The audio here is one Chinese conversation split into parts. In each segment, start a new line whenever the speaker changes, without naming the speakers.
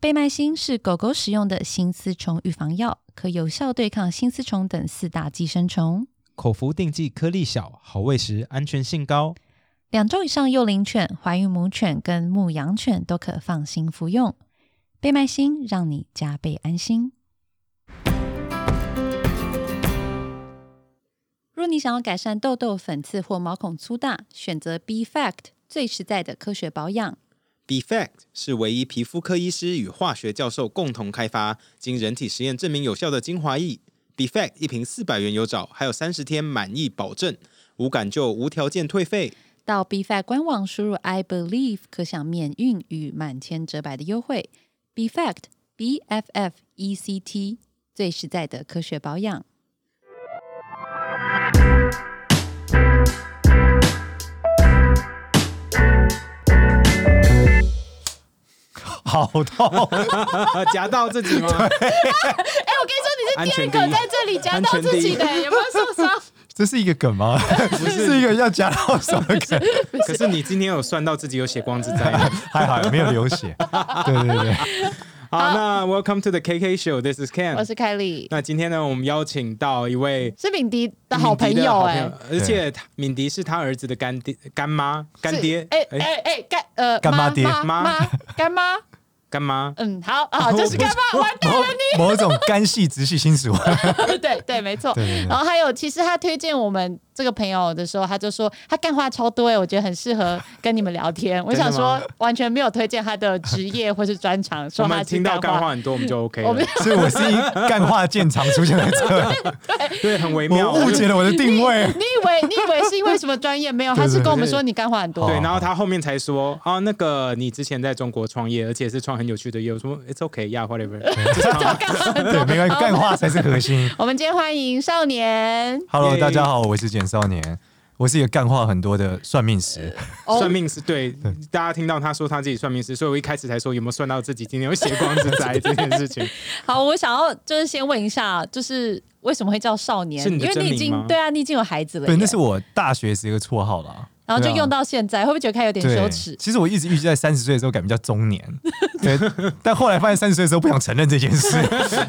贝麦星是狗狗使用的新丝虫预防药，可有效对抗新丝虫等四大寄生虫。
口服定剂颗粒小，好喂食，安全性高。
两周以上幼龄犬、怀孕母犬跟牧羊犬都可放心服用。贝麦星让你加倍安心。若你想要改善痘痘、粉刺或毛孔粗大，选择 B Fact 最实在的科学保养。
Bfact 是唯一皮肤科医师与化学教授共同开发，经人体实验证明有效的精华液。Bfact 一瓶四百元有找，还有三十天满意保证，无感就无条件 退费。
到 B Fact 官网输入 I believe 可享免运与满千折百的优惠。B Fact B F F E C T 最实在的科学保养。
好痛！
夹到自 己吗？
哎、我跟你说，你是第二
安全第
个
一
在这里夹到自己的，有没有受伤？
这是一个梗吗？不是，是一个要夹到手的梗，哎
可是你今天有算到自己有血光之灾。
还好没有流血。对对对，
好，那 Welcome to the KK Show，This is
我
Ken。
是凯 莉，
那今天呢，我们邀请到一位
是敏迪的好朋友、
敏迪
哎
的好，朋友而且他敏迪是他儿子的干爹、干妈、干
是
爹，
哎哎哎，干呃
干妈爹
妈
妈
妈干妈，
干妈。
嗯，好 啊，就是干妈，完蛋
某
了
某种干系直系亲属。
对对，没错。
对对对
然后还有，其实他推荐我们这个朋友的时候，他就说他干话超多、欸，我觉得很适合跟你们聊天。我
真的
想
吗
说，完全没有推荐他的职业或是专长，说
我
他
们
是
听到干
话，
话很多，我们就 OK
我们
了。
所以我是一干话见长出现在这，
对，很微妙。
我误解了我的定 位。
你以为你以为是因为什么专业没有？
对对
他是跟我们
对
说你干话很多。
对，然后他后面才说啊，那个你之前在中国创业，而且是创很有趣的业务，我说 It's okay, yeah, whatever。
对，没关系，干话才是核心。
我们今天欢迎少年
Hello，
耶
大家好，我是简少年，我是一个干话很多的算命师。
哦
算命师对，
嗯
大家听到他说他自己算命师，所以我一开始才说有没有算到自己今天有血光之灾这件 事情。
好，我想要就是先问一下，就是为什么会叫少年？
是你的
因为
真
你已
名吗
经对啊，你已经有孩子了耶，
对，那是我大学时一个绰号啦。
然后就
对啊
用到现在，会不会觉得开始有点羞
对，
耻？
其实我一直预计在三十岁的时候改名叫 中年，对，但后来发现三十岁的时候不想承认这件 事，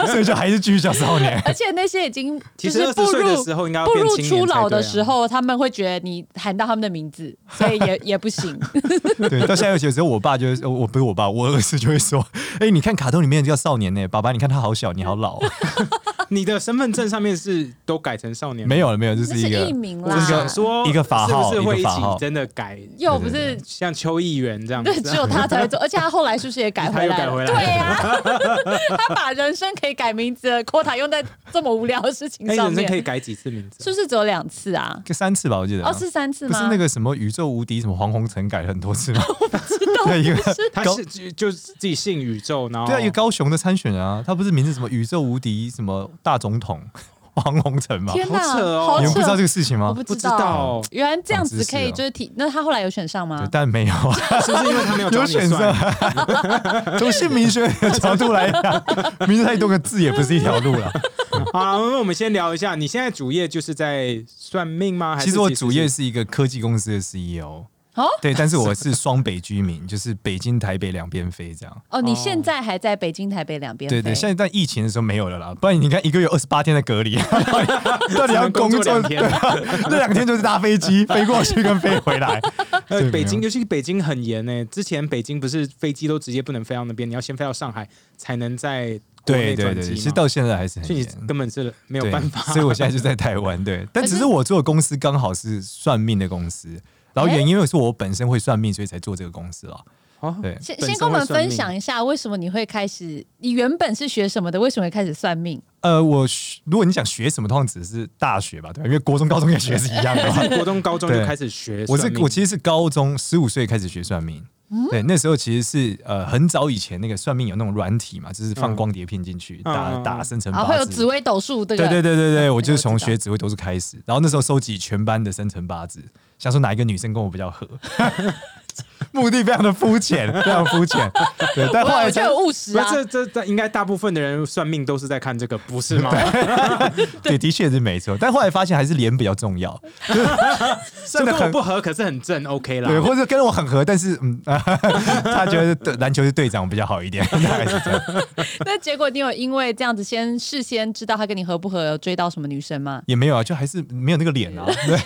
所以就还是继续叫少年。
而且那些已经
其
就
实
是
二
步
十岁的
入
时候应该要
步
变
入
青
初
年
老
才
的
对
时
啊。
候，他们会觉得你喊到他们的名字，所以也也不行。
对，到现在有时候我爸就是，呃我不是我爸，我儿子就会说：“哎、你看卡通里面叫少年呢、爸爸，你看他好小，你好老。啊
你的身份证上面是都改成少”年吗？
没有了，没有，这是一
那
个
是艺名
我
啦
想说
一个法号
是不是会
一
一
个法
起
号
真的改，
又不
对
是
像邱议员这样
对，
子哎
只有他才会做，而且他后来是不是也改
他
回
又
来
改
了？
回来
对呀， 他把人生可以改名字的 quota 用在这么无聊的事情
哎，
上
人生可
面，
以改几次名
是
字？
不是只有两次啊？
三次吧，我记得。
哦，是三次
不是
吗？
那个什么宇宙无敌什么黄宏成改了很多次 吗？对一个
他
高
是就就是自己姓宇宙，然后
对啊，一个高雄的参选人啊，他不是名字什么宇宙无敌什么大总统黄宏成吗？
天哪，
好扯哦
好
你们不知道
扯！
这个事情
我
吗？
不
不知
道，
道
原来这样
长
子
知识
可以
了
就是提，那他后来有选上
对
吗？
但没有啊。
是不是因为他没有找
有
你
选
算啊
择？。 从姓名学的角度来讲，名字太多个字也不是一条路了。
好啦，那我们先聊一下，你现在主业就是在算命吗？ 还是
其实我
自己
主业
是
是一个科技公司的 CEO，
哦
对，但是我是双北居民， 就是北京、台北两边飞这样。
哦，你
哦
现在还在北京、台北两边
对
飞
对，现在在疫情的时候没有了啦，不然你看一个月二十八天的 隔离，到底要工
只能工作
作
两天
对啊那两天就是搭飞机飞过去跟飞回来。
呃
对
北京，
没
尤其北京很严呢、之前北京不是飞机都直接不能飞到那边，你要先飞到上海才能在国
对
内
对
转
对，
机
其
嘛
实到现在还是
所
很
以
严。
你根本是没有
对，
办法。
所以我现在就在台湾，对。但
可是
只是我做的公司刚好是算命的公司，然后也因为是我本身会算命，所以才做这个公司啊。
哦
对，
先
本
先
身
跟我们
会算
分
命
享一下，为什么你会开始？你原本是学什么的？为什么会开始算命？
呃，我学如果你想学什么，通常只是大学吧，对吧？因为国中、高中也学是一样的嘛。
国中、高中就
对
开始学
我
算
是
命，嗯
我其实是高中十五岁开始学算命，对，那时候其实是呃很早以前那个算命有那种软体嘛，就是放光碟片进去、
嗯
打
嗯
打生辰
然
八
后
字，
会有紫微斗数这个，
对对对对对，我就是
我
从
知道
学紫微斗数开始，然后那时候收集全班的生辰八字，想说哪一个女生跟我比较合， 目的非常的肤浅， 非常肤浅。对，但后来
我就
才
很务实
不是
啊，
这这这应该大部分的人算命都是在看这个，不是吗？
对，的确是没错。但后来发现还是脸比较重要，
这
算的
跟我
很
不合，可是很正，OK
对，
啦。
或者跟我很合，但是嗯， 啊哈哈他觉得对篮球是队长比较好一点， 大概是这样。
那结果你有因为这样子先事先知道他跟你合不合，有追到什么女生吗？
也没有啊，就还是没有那个脸啊。对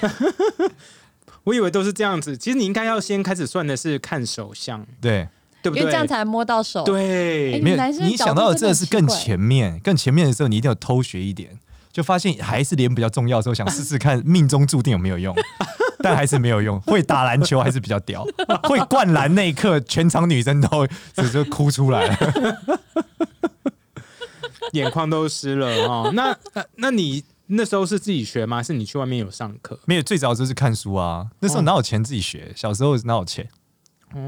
我以为都是这样子，其实你应该要先开始算的是看手相，
对。
对不
因为
对？
这样才摸到手。
对
哎
没有
男，生的
你
角
想
度
到的
真
真
的很
的是
奇
更
怪
前面，更前面的时候，你一定要偷学一点，就发现还是脸比较重要的时候，想试试看命中注定有没有用， 但还是没有用。会打篮球还是比较屌，会灌篮那一刻，全场女生都只是哭出来了。
眼眶都湿了哦。 那那那你那时候是自己学吗？是你去外面有上课？
没有，最早就是看书啊，那
哦
时候哪有钱自己学，小时候哪有钱？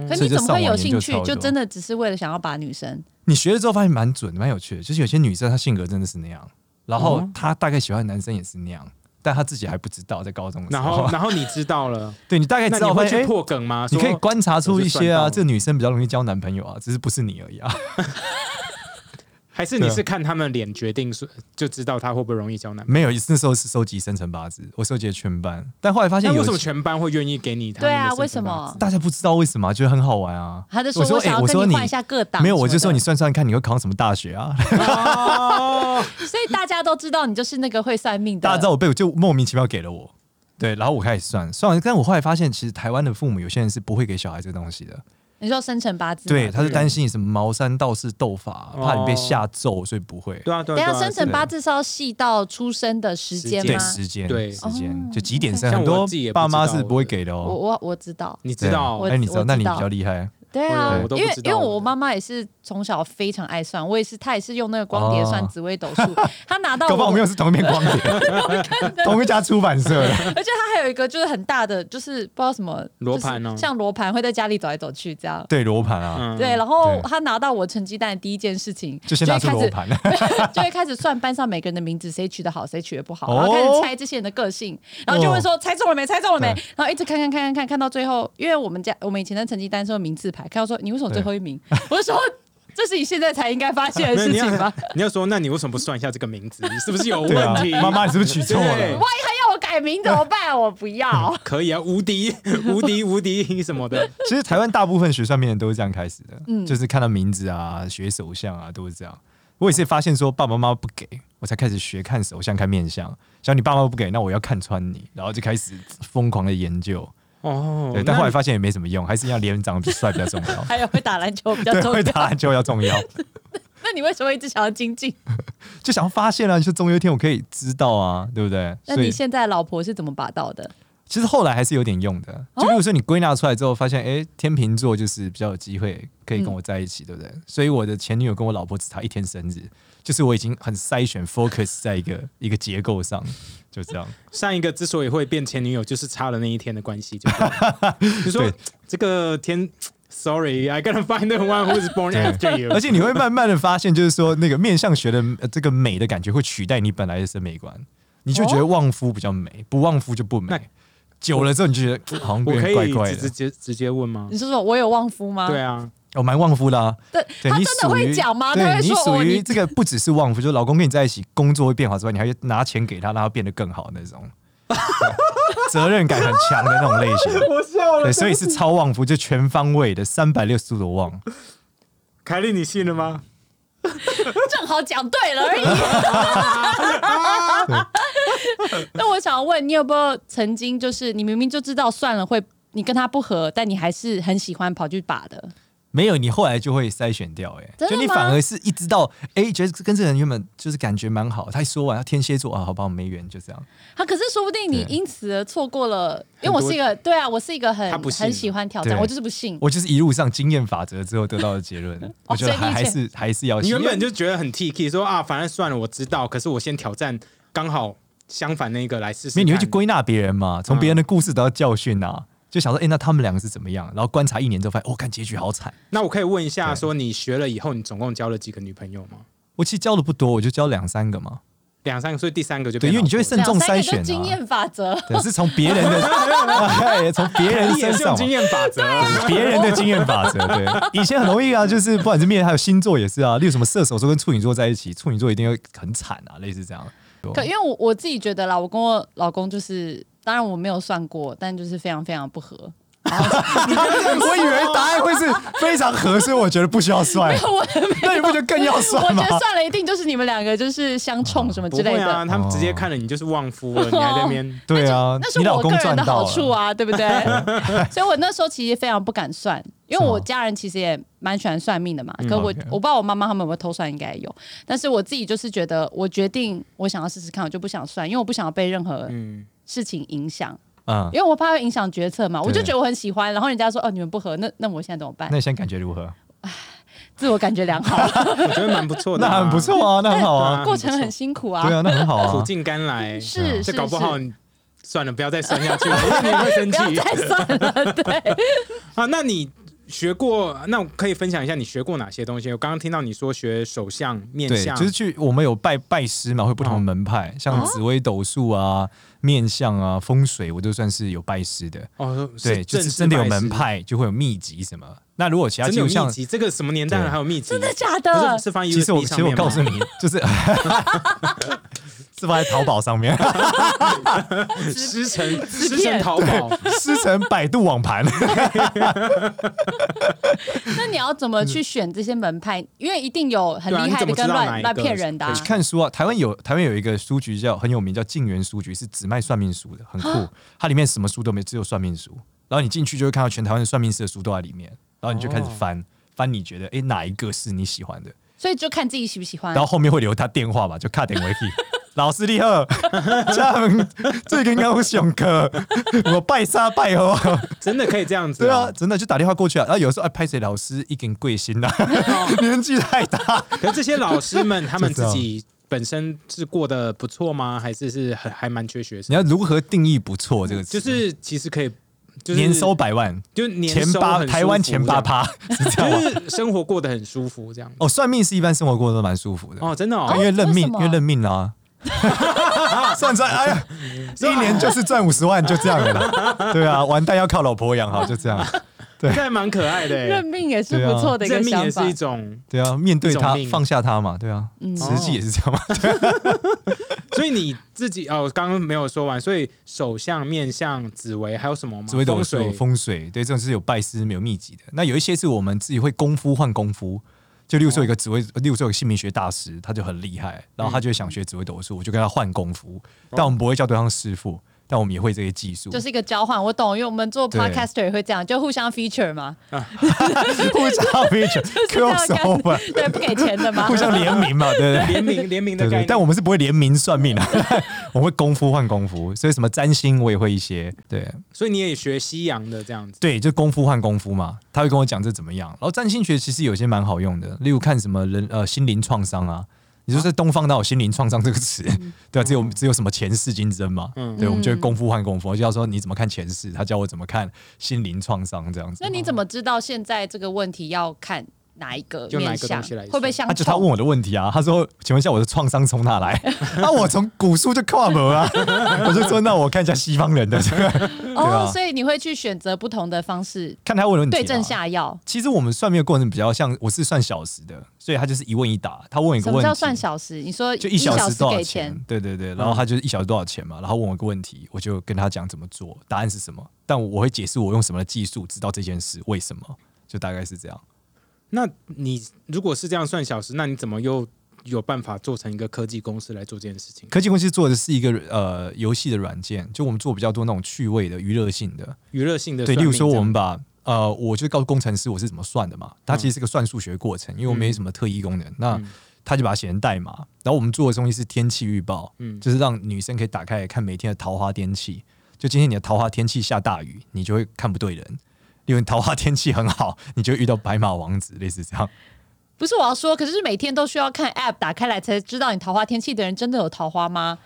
可你
所以就
怎么会有兴
上
趣？
网研究差不多
就真的只是为了想要把女生？
你学了之后发现蛮准的，蛮有趣的。就是有些女生她性格真的是那样，然
哦
后她大概喜欢的男生也是那样，但她自己还不知道，在高中的时
然
候
后，然后你知道了，
对你大概
那
知
你
道
会
发现
去
哎
破梗吗？
你可以
说
观察出一些
我就
啊，
算到了
这女生比较容易交男朋友啊，只是不是你而已啊。
还是你
对啊
是看他们脸决定说就知道他会不会容易交男朋
没有，那时候是收集生辰八字，我收集了全班，但后来发
友？
现
那
有
为什么全班会愿意给你他？
对啊，为什？么？
大家不知道为什么啊、觉得很好玩啊。
他就我
我说
想
哎
要
我说
跟
你
换一下各档什么的。
没有，我就说你算算看，你会考什么大 学啊？
哦，
所以大家都知道你就是那个会算命的。
大家知道我被我就莫名其妙给了我，对，然后我开始算算完，但我后来发现，其实台湾的父母有些人是不会给小孩这个东西
啊
的，
你说生辰八字吗。
对，他是
对
担心你什么茅山道士斗法，
哦
怕你被下咒，所以不会。
对啊，对
等一
啊，
下
对啊
生辰八字是要细到出生的时间
时
对
吗？
时间，
对
时间
哦
就几点生，
像
很多
我自己也不知道
爸妈是不会给的哦。
我我我知道。
你知道
我
哎，你知道，那你
知
比
道
较厉害。
对啊
对我，都
因
不
为
知道
因为我妈妈也是从小非常爱算，我也是，她也是用那个光碟算
哦
紫微斗 数，她拿到
搞不好我
我
们又是同一片光碟， 同一家出版社的。
而且它还有一个就是很大的，就是不知道什么
罗盘哦
就是像罗盘会在家里走来走去这样。
对罗盘啊，
嗯，
对，然后
对
他拿到我成绩单的第一件事情，
就先拿出
会开
罗
始
盘。
就会开始算班上每个人的名字，谁取得好，谁取得不好，
哦
然后开始猜这些人的个性，然后就会说猜中了没，猜中了没
对，
然后一直看看看看看，看到最后，因为我们家我们以前的成绩单是用名字牌，看到说你为什么最后一 名，我就说这是你现在才应该发现的
没有
事
你
情吧
要？你要说，那你为什么不算一下这个名字？你是不是有
对啊
问题？，
妈妈你是不是取错
对
了？
要我改名怎么办？我不 要。。
可以啊，无敌无敌无敌什么的，
其实台湾大部分学算命的都是这样开始的，就是看到名字啊，学手相啊，都是这样。我也是发现说爸爸妈妈不给我才开始学看手相、看面相。像你爸妈不给，那我要看穿你，然后就开始疯狂的研究。
哦
对，，但后来发现也没什么用，还是要脸长得帅比较重要
还有会打篮球比较
对，
重
会
要。
打篮球要重要。
那你为什么一直想要精 进？
就想要发现啊，就总有一天我可以知道啊，对不对？
那
所
你
以
现在老婆是怎么把到的？
其实后来还是有点用的。
哦
就比如说你归纳出来之后，发现哎，天秤座就是比较有机会可以跟我在一起，对不对？
嗯
所以我的前女友跟我老婆只差一天生日，就是我已经很筛选 focus 在一个一个结构上，就 这样。
上一个之所以会变前女友，就是差了那一天的关系。就对了你说
对
这个天，sorry，I gotta find the one who's born
对
after you。
而且你会慢慢的发现，就是说那个面相学的、呃这个美的感觉会取代你本来的审美观，你就
哦
觉得旺夫比较美，不旺夫就不
那
美。久了之后，你就觉得好像
我
变
可
得怪
以
怪
直直
的。
接直接问吗
你？是说我有旺夫吗？
对。啊，
我蛮旺夫的啊，
对，
对
他
你
真的
属于
会讲吗？他
对
会
你
说
属
哦，
于
你
这个不只是旺夫，就是老公跟你在一起，工作会变好之外，你还会拿钱给他，让他变得更好那种，对责任感很强的那种类型。
我笑
对，所以是超旺夫，就全方位的三百六十度的旺。
凯莉，你信了吗？
正好讲对了 而已。那我想问你，有没有曾经就是你明明就知道算了会你跟他不合，但你还是很喜欢跑去把的？
没有，你后来就会筛选掉、欸，
真的
就你
吗
反而是一直到，哎、觉得跟这个人原本就是感觉蛮好，他一说完，他天蝎座啊，好吧，我们没缘，就这样。
他、啊可是说不定你
对
因此而错过了，因
很
为
多
我是一个对啊，我是一个很
他不信
很喜欢挑战，
对
我就是不信。
我就是一路上经验法则之后得到的结论，我觉得
哦所以你
还
以
还
前
是还是要
你
信
原
因为
本就觉得很 T K，说啊，反正算了，我知道，可是我先挑战刚好相反那个来试试
没有
看。
你会去归纳别人
嗯
嘛，从别人的故事得到教训啊，就想说，哎、那他们两个是怎么样？然后观察一年之后，发现，哦，看结局好惨。
那我可以问一下，
对
说你学了以后，你总共交了几个女朋友吗？
我其实交的不多，我就交两三个嘛。
两三个，所以第三个就
对，因为你就会慎重
两
筛
三个
选
就经
啊。
验法则，
对，是从别人 的，哎从别 人
你也
身
是有
上嘛
经，验法则，啊
啊
别人的经验法则。对，以前很容易啊，就是不管是面还有星座也是啊，例如什么射手座跟处女座在一起，处女座一定会很惨啊，类似这样。
可因为我我自己觉得啦，我跟我老公就是，当然我没有算过，但就是非常非常不 合。
我以为答案会是非常合，所以我觉得不需要算。那你不觉得更要
我
算
觉
吗？
得算了一定就是你们两个就是相冲什么
不
之类
会
的，哦
啊，他们直接看了你就是旺夫了，你还在那边。
对啊
那，是
你老
我个
公
人
赚
的
到
好
了
处 啊，对不对？所以我那时候其实非常不敢算，因为我
是吗嗯
家人其实也蛮喜欢算命的嘛。可我、
OK
我不知道我妈妈他们有没有偷算，应该有。但是我自己就是觉得，我决定我想要试试看，我就不想算，因为我不想要被任何
嗯，
事情影响，
嗯，
因为我怕会影响决策嘛。我就
对
觉得我很喜欢，然后人家说哦你们不合，那那我现在怎么办
那？你现在感觉如何？
自我感觉良好，
我觉得蛮不错的啊，
那很不错啊，那很好 啊，
过程很辛苦啊。
对啊，那很好
苦
啊。
尽甘来。
是是
这搞不好
是，
你算了，不要再算下去了，因为你会 生
不要
气
再 算了，对。
啊。那你学过？那我可以分享一下你学过哪些东西？我刚刚听到你说学手相、面
对，
相，
就是去我们有拜拜师嘛，会不同的
嗯
门派，
哦
像紫微斗数啊、面相啊、风水，我都算是有拜师的。
哦，
对，就是
式
真的有
拜师
门，派，就会有秘籍什么。那如果其他
真
技
的有
术像
秘，籍。这个什么年代了
对
还有秘籍？真
真的假
不
的
是？是放在
其实我
USB
其
上
实我
面
告
吗？
诉你，就是 是放在淘宝上面，
师承师承
片
淘宝，
师承百度网盘。
那你要怎么
嗯
去选这些门派？因为一定有很
对啊
厉害的
你怎么
跟
知道哪
乱
一
乱
个
骗人的、啊
可以。
看书啊，台湾有台湾有一个书局叫很有名，叫静园书局，是只卖算命书的，很酷。它里面什么书都没有，只有算命书。然后你进去就会看到全台湾的算命师的书都在里面，然后你就开始
哦
翻、翻，你觉得诶哪一个是你喜欢的？
嗯
所以就看自己喜不喜欢
然。后后面会留他电话吧，就卡点回去。老师你好，这样最近刚上课，我拜杀拜哦。
真的可以这样子
对啊，
哦。
真的就打电话过去啊。然后有时候哎，拍谁老师一根贵心呐、
哦
年纪太大，
可是这些老师 们，他们
就这
自
样
己本身是过得不错吗？还是是很还蛮缺学
你
生？
要如何定义不错这个
就
词？
是其实可以，就是
年收百万，
就是年
前
收
八
很舒服
台湾前八
这样，
趴是这样吗？
就是生活过得很舒服 这样。
哦，算命是一般生活过得都蛮舒服的，
哦，真的
因
哦，
为认
为
命
什，么
因为认命啊。 算算，哎呀，一年就是赚五十万，就这样了啦。对啊，完蛋要靠老婆养，好就这样。
这还蛮可爱 的
认
欸。
命也是不错的一
啊认
个
命也
想
是
法
一。种，
对啊，面对
一种
他，
命
放下他嘛，对啊，
嗯
实际也是这样嘛。
所以你自己哦，刚刚没有说完，所以手相、面相、紫微还有什么吗？
紫微斗
风
数、
水
风水，对，这种是有拜师、没有秘籍的。那有一些是我们自己会功夫换功夫，就例如说
哦
有一个紫微，例如说有个姓名学大师，他就很厉害，然后他就会想学紫微斗数，我就跟他换功夫，
哦
但我们不会叫对方师傅，但我们也会这些技术，
就是一个交换，我懂，因为我们做
对
podcaster 也会这样，就互相 feature 嘛，
互相 feature
这样干
crossover，
对，不给钱的嘛
互。相联名嘛，对不对？
联名联名的
对
概
对，
念，
但我们是不会联名算命的、 我们会功夫换功夫，所以什么占星我也会一些，对
所以你也学西洋的这样子。
对，就功夫换功夫嘛，他会跟我讲这怎么样。然后占星学其实有些蛮好用的，例如看什么人呃心灵创伤啊，你说在东方哪有心灵创伤这个词？
嗯
对啊，只有只有什么前世今生嘛，
嗯
对，我们就会功夫换功夫，我就要说你怎么看前世，他教我怎么看心灵创伤这样子
那。你怎么知道现在这个问题要看哪一个
就哪
面
一个
相？
东西来
会不会相
他就他问
冲？
我的问题啊，他说：“请问一下，我的创伤从哪来？” 啊，我从古书就跨门啊， 我就说：“那我看一下西方人的，这个
哦
啊，
所以你会去选择不同的方式
看他问的问题、啊。”
对症。下药。
其实我们算命的过程比较像，我是算小时的，所以他就是一问一答。他问一
什
个
么
问题，
叫算小时？你说
就
一
一小
时
时多少
给
钱嗯
钱？？
对对对，然后他就是一小时多少钱嘛，然后问我一个问题，我就跟他讲怎么做，答案是什么，但我会解释我用什么技术知道这件事为什么，就大概是这样。
那你如果是这样算小时，那你怎么又有办法做成一个科技公司来做这件事情？
科技公司做的是一个呃游戏的软件，就我们做比较多那种趣味的、娱乐性的，
娱乐性的
对，
算
例
命
如
这
说我
样
们把呃，我就告诉工程师我是怎么算的嘛，它其实是个算数学过程，因为我没什么特异功能，那
嗯
他就把它写成代码。然后我们做的东西是天气预报，
嗯
就是让女生可以打开来看每天的桃花天气。就今天你的桃花天气下大雨，你就会看不对人。因为桃花天气很好，你就会遇到白马王子，类似这样。
不是我要说，可是每天都需要看 App 打开来才知道你桃花天气的人真的有桃花吗？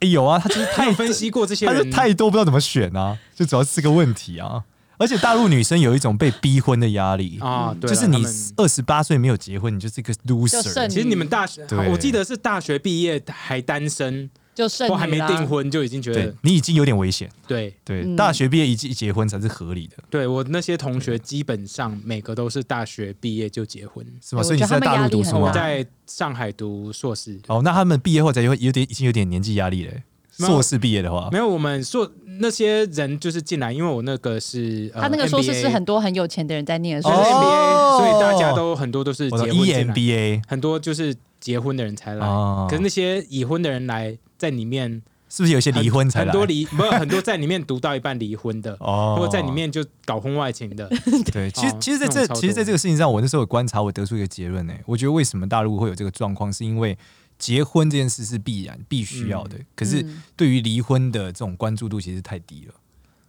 哎、有啊，他就是
他
太
有分析过这些
他
人
是太多不知道怎么选啊，就主要是这个问题啊。而且大陆女生有一种被逼婚的压力
啊，对
就
啦
是你
他们
二十八岁没有结婚，你就是一个
剩
loser。
其实你们大学，
对
我记得是大学毕业还单身，
就剩
或还没
女啦
订，婚就已经觉
对
得，
你已经有点危险。
对
对，
嗯
大学毕业一一结婚才是合理的，
对，我那些同学基本上每个都是大学毕业就结婚，
是吗？
对
所以你是在大陆读书
我
吗
觉得他们压力很？大
在上海读硕士，
哦，那他们毕业后才有有点已经有点年纪压力嘞。
没有
硕士毕业的话
没，有我们硕那些人就是进来，因为我那个是、呃、
他那个硕士是
MBA
很多很有钱的人在念的，
就
所
是
以
MBA，、
哦
所以大家都很多都是
我，E
结
的
婚进来，
EMBA
很多就是结婚的人才来，
哦
可是那些已婚的人来在里面
是不是有一些
很
离婚才
很
来？
多离没有很多在里面读到一半离婚的。
哦，
或者在里面就搞婚外情的，
对，其实
哦
其实在
那种
这
超
其实在
多
这个事情上，我那时候有观察，我得出一个结论呢、我觉得为什么大陆会有这个状况，是因为结婚这件事是必然必须要的，可是
嗯
对于离婚的这种关注度其实太低了。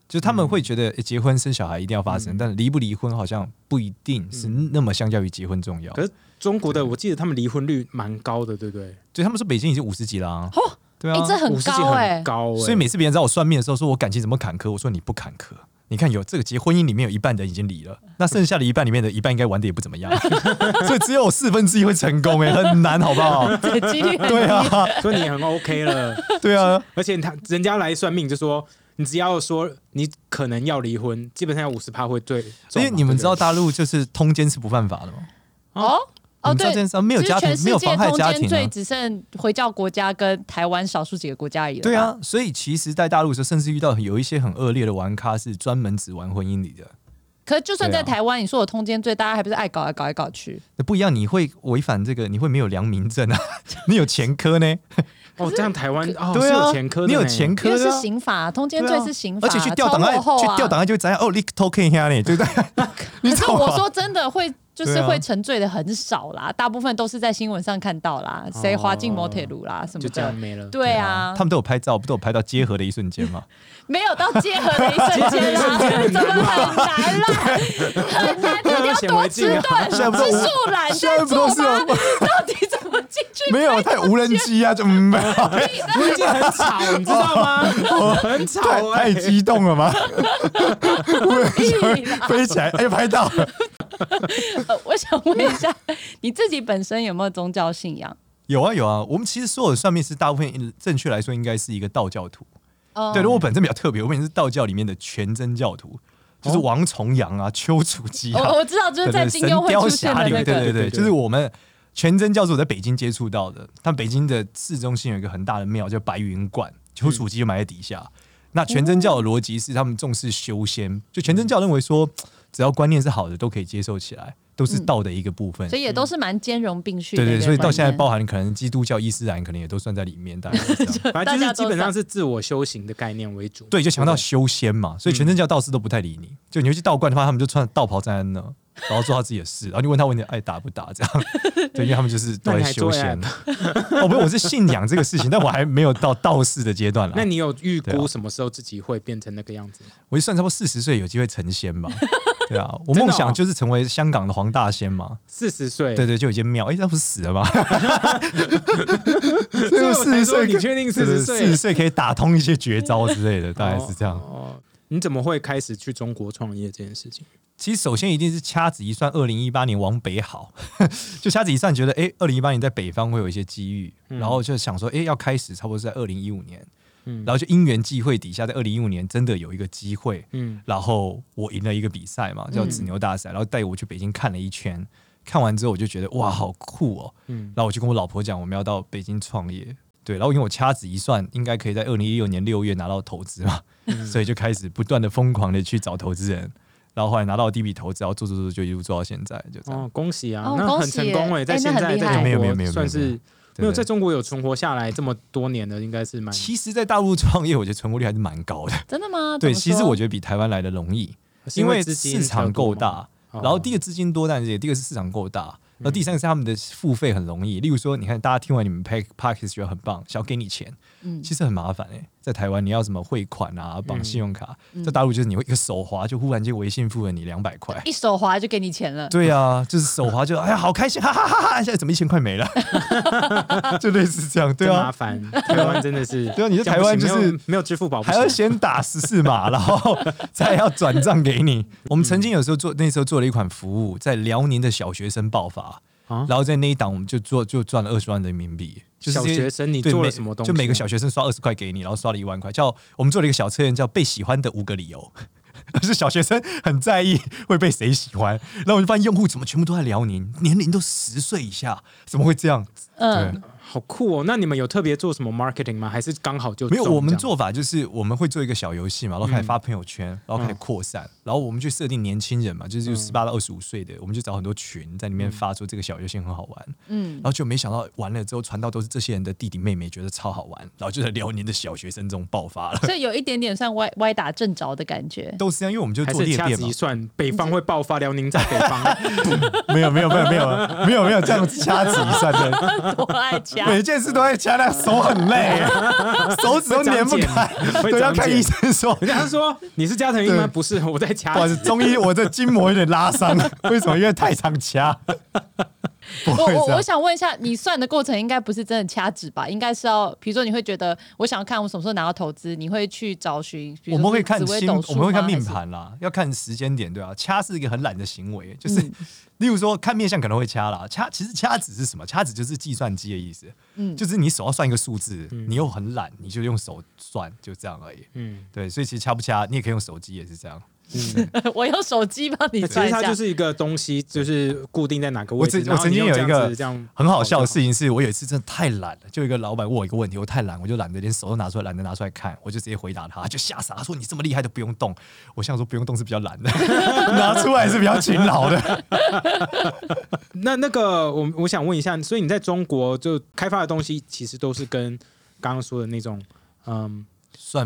就他们会
嗯
觉得、诶结婚生小孩一定要发生，
嗯
但离不离婚好像不一定是那么相较于结婚重要。
可是中国的，我记得他们离婚率蛮高的，对不对？
对他们说北京已经五十几了、啊，
哦
对啊，
哎，这很
50
高
很
哎，
高哎、
所以每次别人找我算命的时候说我感情怎么坎坷，我说你不坎坷。你看有这个结婚姻里面有一半的人已经离了，那剩下的一半里面的一半应该玩的也不怎么样， 所以只有四分之一会成功、欸，很难，好 不好？
这几率 很
对啊，
所以你很 OK 了。
对啊，
而且他人家来算命就说，你只要说你可能要离婚，基本上五十趴会对中嘛。
因为你们知
对不
道
对
大陆就是通奸是不犯法的嘛，
哦哦
你知道
对
这。件事没有
其实
家庭
全，世
没
界
有妨害家
中
庭、
间最
啊，
只剩回教国家跟台湾少数几个国家而已了吧
对，啊，所以其实，在大陆的时候，甚至遇到有一些很恶劣的玩咖是专门只玩婚姻里的，
可就算
对
在
啊
台湾，你说我通奸罪，大家还不是爱搞来搞来搞去？
那不一样，你会违反这个，你会没有良民证啊， 你有前科呢，
哦，这样台湾哦
对
是
啊，
有前科的呢，
你有前
因
科
为
的
是
啊、
刑法，通奸
对
罪
啊
是刑法，
而且去调档案，
超落后
去
啊
调档案就会怎样？哦，你偷看一下呢， 对不对？
可是
懂吗
我说真的会，就是
对啊
会沉醉的很少啦，大部分都是在新闻上看到啦，谁滑进摩铁炉啦什么
就这样
的。
没了。
对啊
他，们都有拍照，不都有拍到结合的一瞬间 吗？
没有到结合的一瞬间啦，怎么很难啦？很难，到底要多吃顿，
现在不是
吃素懒
现在
再
不
做
都是
吗
有？
到底怎么进去？
没有，太无人机啊，就嗯，没有
我已经很吵，你知道吗？很
太
吵哎、
太激动了吗？
屁啦
飞起来，哎，拍到了，
呃我想问一下，你自己本身有没有宗教信仰？
有啊有啊。我们其实所有的算命师，大部分正确来说应该是一个道教徒。
哦
对，如果我本身比较特别，我本身是道教里面的全真教徒，就是王重阳啊、丘处机啊
我，我知道，哦就是在
对对
金庸会出现的
神雕侠
那
侣对对
个，
对，
对对
就是我们全真教主在北京接触到的。他北京的市中心有一个很大的庙叫白云观，丘处机就埋在底下。那全真教的逻辑是他们重视修仙，就全真教认为说，只要观念是好的，都可以接受起来，都是道的一个部分。
嗯所以也都是蛮兼容并蓄的
对
一个观念。
对，所以到现在包含可能基督教、伊斯兰，可能也都算在里面，大概是这样
反正
大
就
家
是
都
基本上是自我修行的概念为主。
对，就强调
对嗯
修仙嘛，所以全真教道士都不太理你。就你会去道观的话，他们就穿着道袍站在那，然后做他自己的事，然后你问他问题，爱打不打这样。对，因为他们就是都
那你
在
还
修
做
仙。哦，不是，我是信仰这个事情，但我还没有到道士的阶段
那
啦。
你有预
对
估
啊
什么时候自己会变成那个样子吗？
我就算差不多四十岁有机会成仙 吧。对啊，我
真的
梦
哦
想就是成为香港的黄大仙嘛。
四十岁，
对对，就有一间庙，哎，他不是死了吗？
所以我
四
才说
十岁
你确定四十
四
岁
十？岁可以打通一些绝招之类的，大概是这样。
哦，你怎么会开始去中国创业这件事情？
其实首先一定是掐指一算，二零一八年往北好，就掐指一算觉得，哎、2二零一八年在北方会有一些机遇，然后就想说，哎、要开始差不多是在二零一五年，
嗯
然后就因缘际会底下，在二零一五年真的有一个机会，
嗯，
然后我赢了一个比赛嘛，叫紫牛大赛，然后带我去北京看了一圈，看完之后我就觉得哇，好酷哦，
嗯
然后我就跟我老婆讲，我们要到北京创业，对，然后因为我掐指一算，应该可以在二零一六年六月拿到投资嘛，
嗯
所以就开始不断的疯狂的去找投资人，然后后来拿到第一笔投资，然后做做做就一路做到现在，就这样。
哦，恭喜啊，
哦
那
恭
很
喜
成
耶
功
哎
哎，在
那
现
很
在
厉
在
害
中
没有没有
国
没有
算
没有
是
对
没有
对
在中国有存活下来这么多年的，应该是蛮
其实，在大陆创业，我觉得存活率还是蛮高的。
真的吗？
对，其实我
觉
觉得比台湾来的容易，
是
因为
资金
市场够
比较
大。
多嘛，
然后第
第
一个资金多，但是也第二个是市场够大，然后第三个是他们的付费很容易。例如说，你看大家听完你们 pack p a c k e s 觉得很棒，想要给你钱，
嗯
其实很麻烦哎、在台湾你要什么汇款啊，绑信用卡，在大陆就是你会一个手滑就忽然间微信付了你两百块。
一手滑就给你钱了。
对啊，就是手滑就哎呀好开心，哈哈哈哈！现在怎么一千块没了？ 就类似这样，对
真
啊
麻，烦，台湾真的是，
对啊你在
这样
台湾
不行
就是
没有没有支付宝不
还要
行，
先打十四 码，然后再要转账给你。我们曾经有时候做那时候做了一款服务，在辽宁的小学生爆发，
啊
然后在那一档我们就做就赚了二十万人民币。就是这些
小学生你
对
做了
每
什么东西
就每个
啊
小学生刷二十块给你，然后刷了一万块。叫我们做了一个小测验，叫被喜欢的五个理由。 是小学生很在意会被谁喜欢，然后我就发现用户怎么全部都在辽宁，年龄都十岁以下，怎么会这样？
嗯
对，
好酷哦！那你们有特别做什么 marketing 吗？还是刚好就
没有，
中
我们
这样
做法就是我们会做一个小游戏嘛，然后
嗯
开始发朋友圈，然后开始扩散，然后我们去设定年轻人嘛，
嗯
就是十八到二十五岁的，我们就找很多群在里面发说这个小游戏很好玩，嗯，然后就没想到玩了之后传到都是这些人的弟弟妹妹，觉得超好玩，然后就在辽宁的小学生中爆发了，
所以有一点点算歪歪打正着的感觉。
都是这样，因为我们就
还
做
是
裂
掐
变
指
嘛
一，算，北方会爆发，辽宁在北方，
没有没有没有没有没有没有这样掐指一 算的，
多爱家，
每件事都在掐，但手很累，手指都粘不开
会长茧，会
对，要
长
看
茧
医生说。
人家说你是加藤鹰吗？
对
不是，我在掐
不好意
指。
思，中医我这筋膜有点拉伤，为什么？因为太常掐。 不
我
会这
我
样
我，想问一下，你算的过程应该不是真的掐指吧？应该是要，比如说你会觉得我想要看我什么时候拿到投资，你会去找寻，比如
我们
说
会
是
看
紫微
星，
斗数啊
我们会看
吗
命。
还是
盘啦，要看时间点，对啊。掐是一个很懒的行为，就是、
嗯
例如说看面相可能会掐啦，掐其实掐指是什么？掐指就是计算机的意思，嗯，就是你手要算一个数字，你又很懒，你就用手算，就这样而已。
嗯，
对，所以其实掐不掐，你也可以用手机，也是这样。
我用手机帮你
其
算
实
一下，
它就是一个东西，就是固定在哪个
我
位置
曾。我
然后
曾
你
经有
用
一
这样
个
子这样
很好笑的事
情，
情是，我有一次真的太懒了，就有一个老板问我一个问题，我太懒，我就懒得连手都拿出来，懒得拿出来看，我就直接回答他，他就吓傻，他说你这么厉害都不用动，我想说不用动是比较懒的， 拿出来是比较勤劳的。
那那个我我想问一下，所以你在中国就开发的东西，其实都是跟刚刚说的那种嗯
算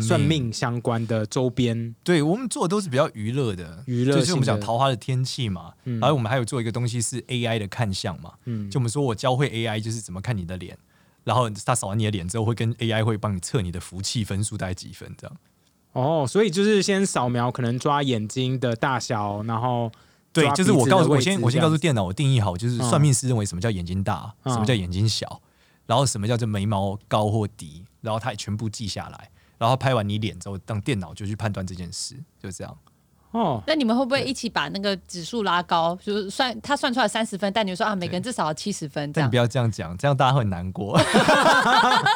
算命相关的周边，
对我们做的都是比较娱乐的，
娱乐性的
就是我们讲桃花的天气嘛，
嗯
然后我们还有做一个东西是 AI 的看相嘛，
嗯，
就我们说我教会 AI 就是怎么看你的脸，然后他扫完你的脸之后，会跟 AI 会帮你测你的福气分数大概几分这样。
哦，所以就是先扫描，可能抓眼睛的大小，然后
对
抓，
就是
鼻
我
子的
告诉我
位置
先我先
这
告
样
诉
子
电脑，我定义好，就是
嗯
算命师认为什么叫眼睛大，
嗯
什么叫眼睛小，然后什么叫这眉毛高或低，然后他也全部记下来，然后拍完你脸之后，让电脑就去判断这件事，就这样。
哦，
那你们会不会一起把那个指数拉高？就是算他算出来三十分，但你就说啊，每个人至少要七十分这
但你
样
不。要这样讲，这样大家会很 难过。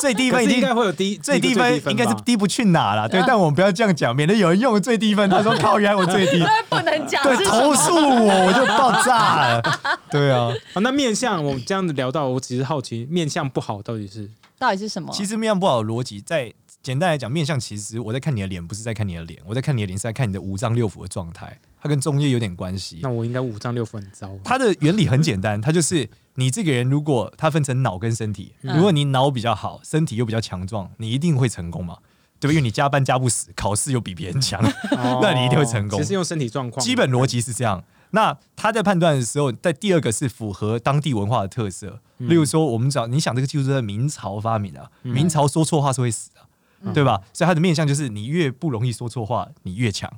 最低
可
分
是
已
应
经
该会有低
最低
低
分
吧
应该是低不去哪了，
嗯
对，但我们不要这样讲，免得有人用最低分，他说靠，原来我最 低，
不能讲
对
是，什
投
么？
诉我我就爆炸了，对啊。
啊。那面相，我这样子聊到，我只是好奇，面相不好到底是
到底是什么？
其实面相不好的逻辑，在简单来讲，面相其实我在看你的脸，不是在看你的脸，我在看你的脸是在看你的五脏六腑的状态，它跟中医有点关系
那。我应该五脏六腑很 糟吧。
它的原理很简单，它就是你这个人如果它分成脑跟身体，
嗯
如果你脑比较好，身体又比较强壮，你一定会成功嘛，对吧？因为你加班加不死，考试又比别人强，
哦
那你一定会成功
其实用身体状况，
基本逻辑是这样。那他在判断的时候，在第二个是符合当地文化的特色，
嗯
例如说，我们讲你想这个技术是在明朝发明的、明朝说错话是会死的、
嗯
对吧？所以他的面向就是你越不容易说错话，你越强，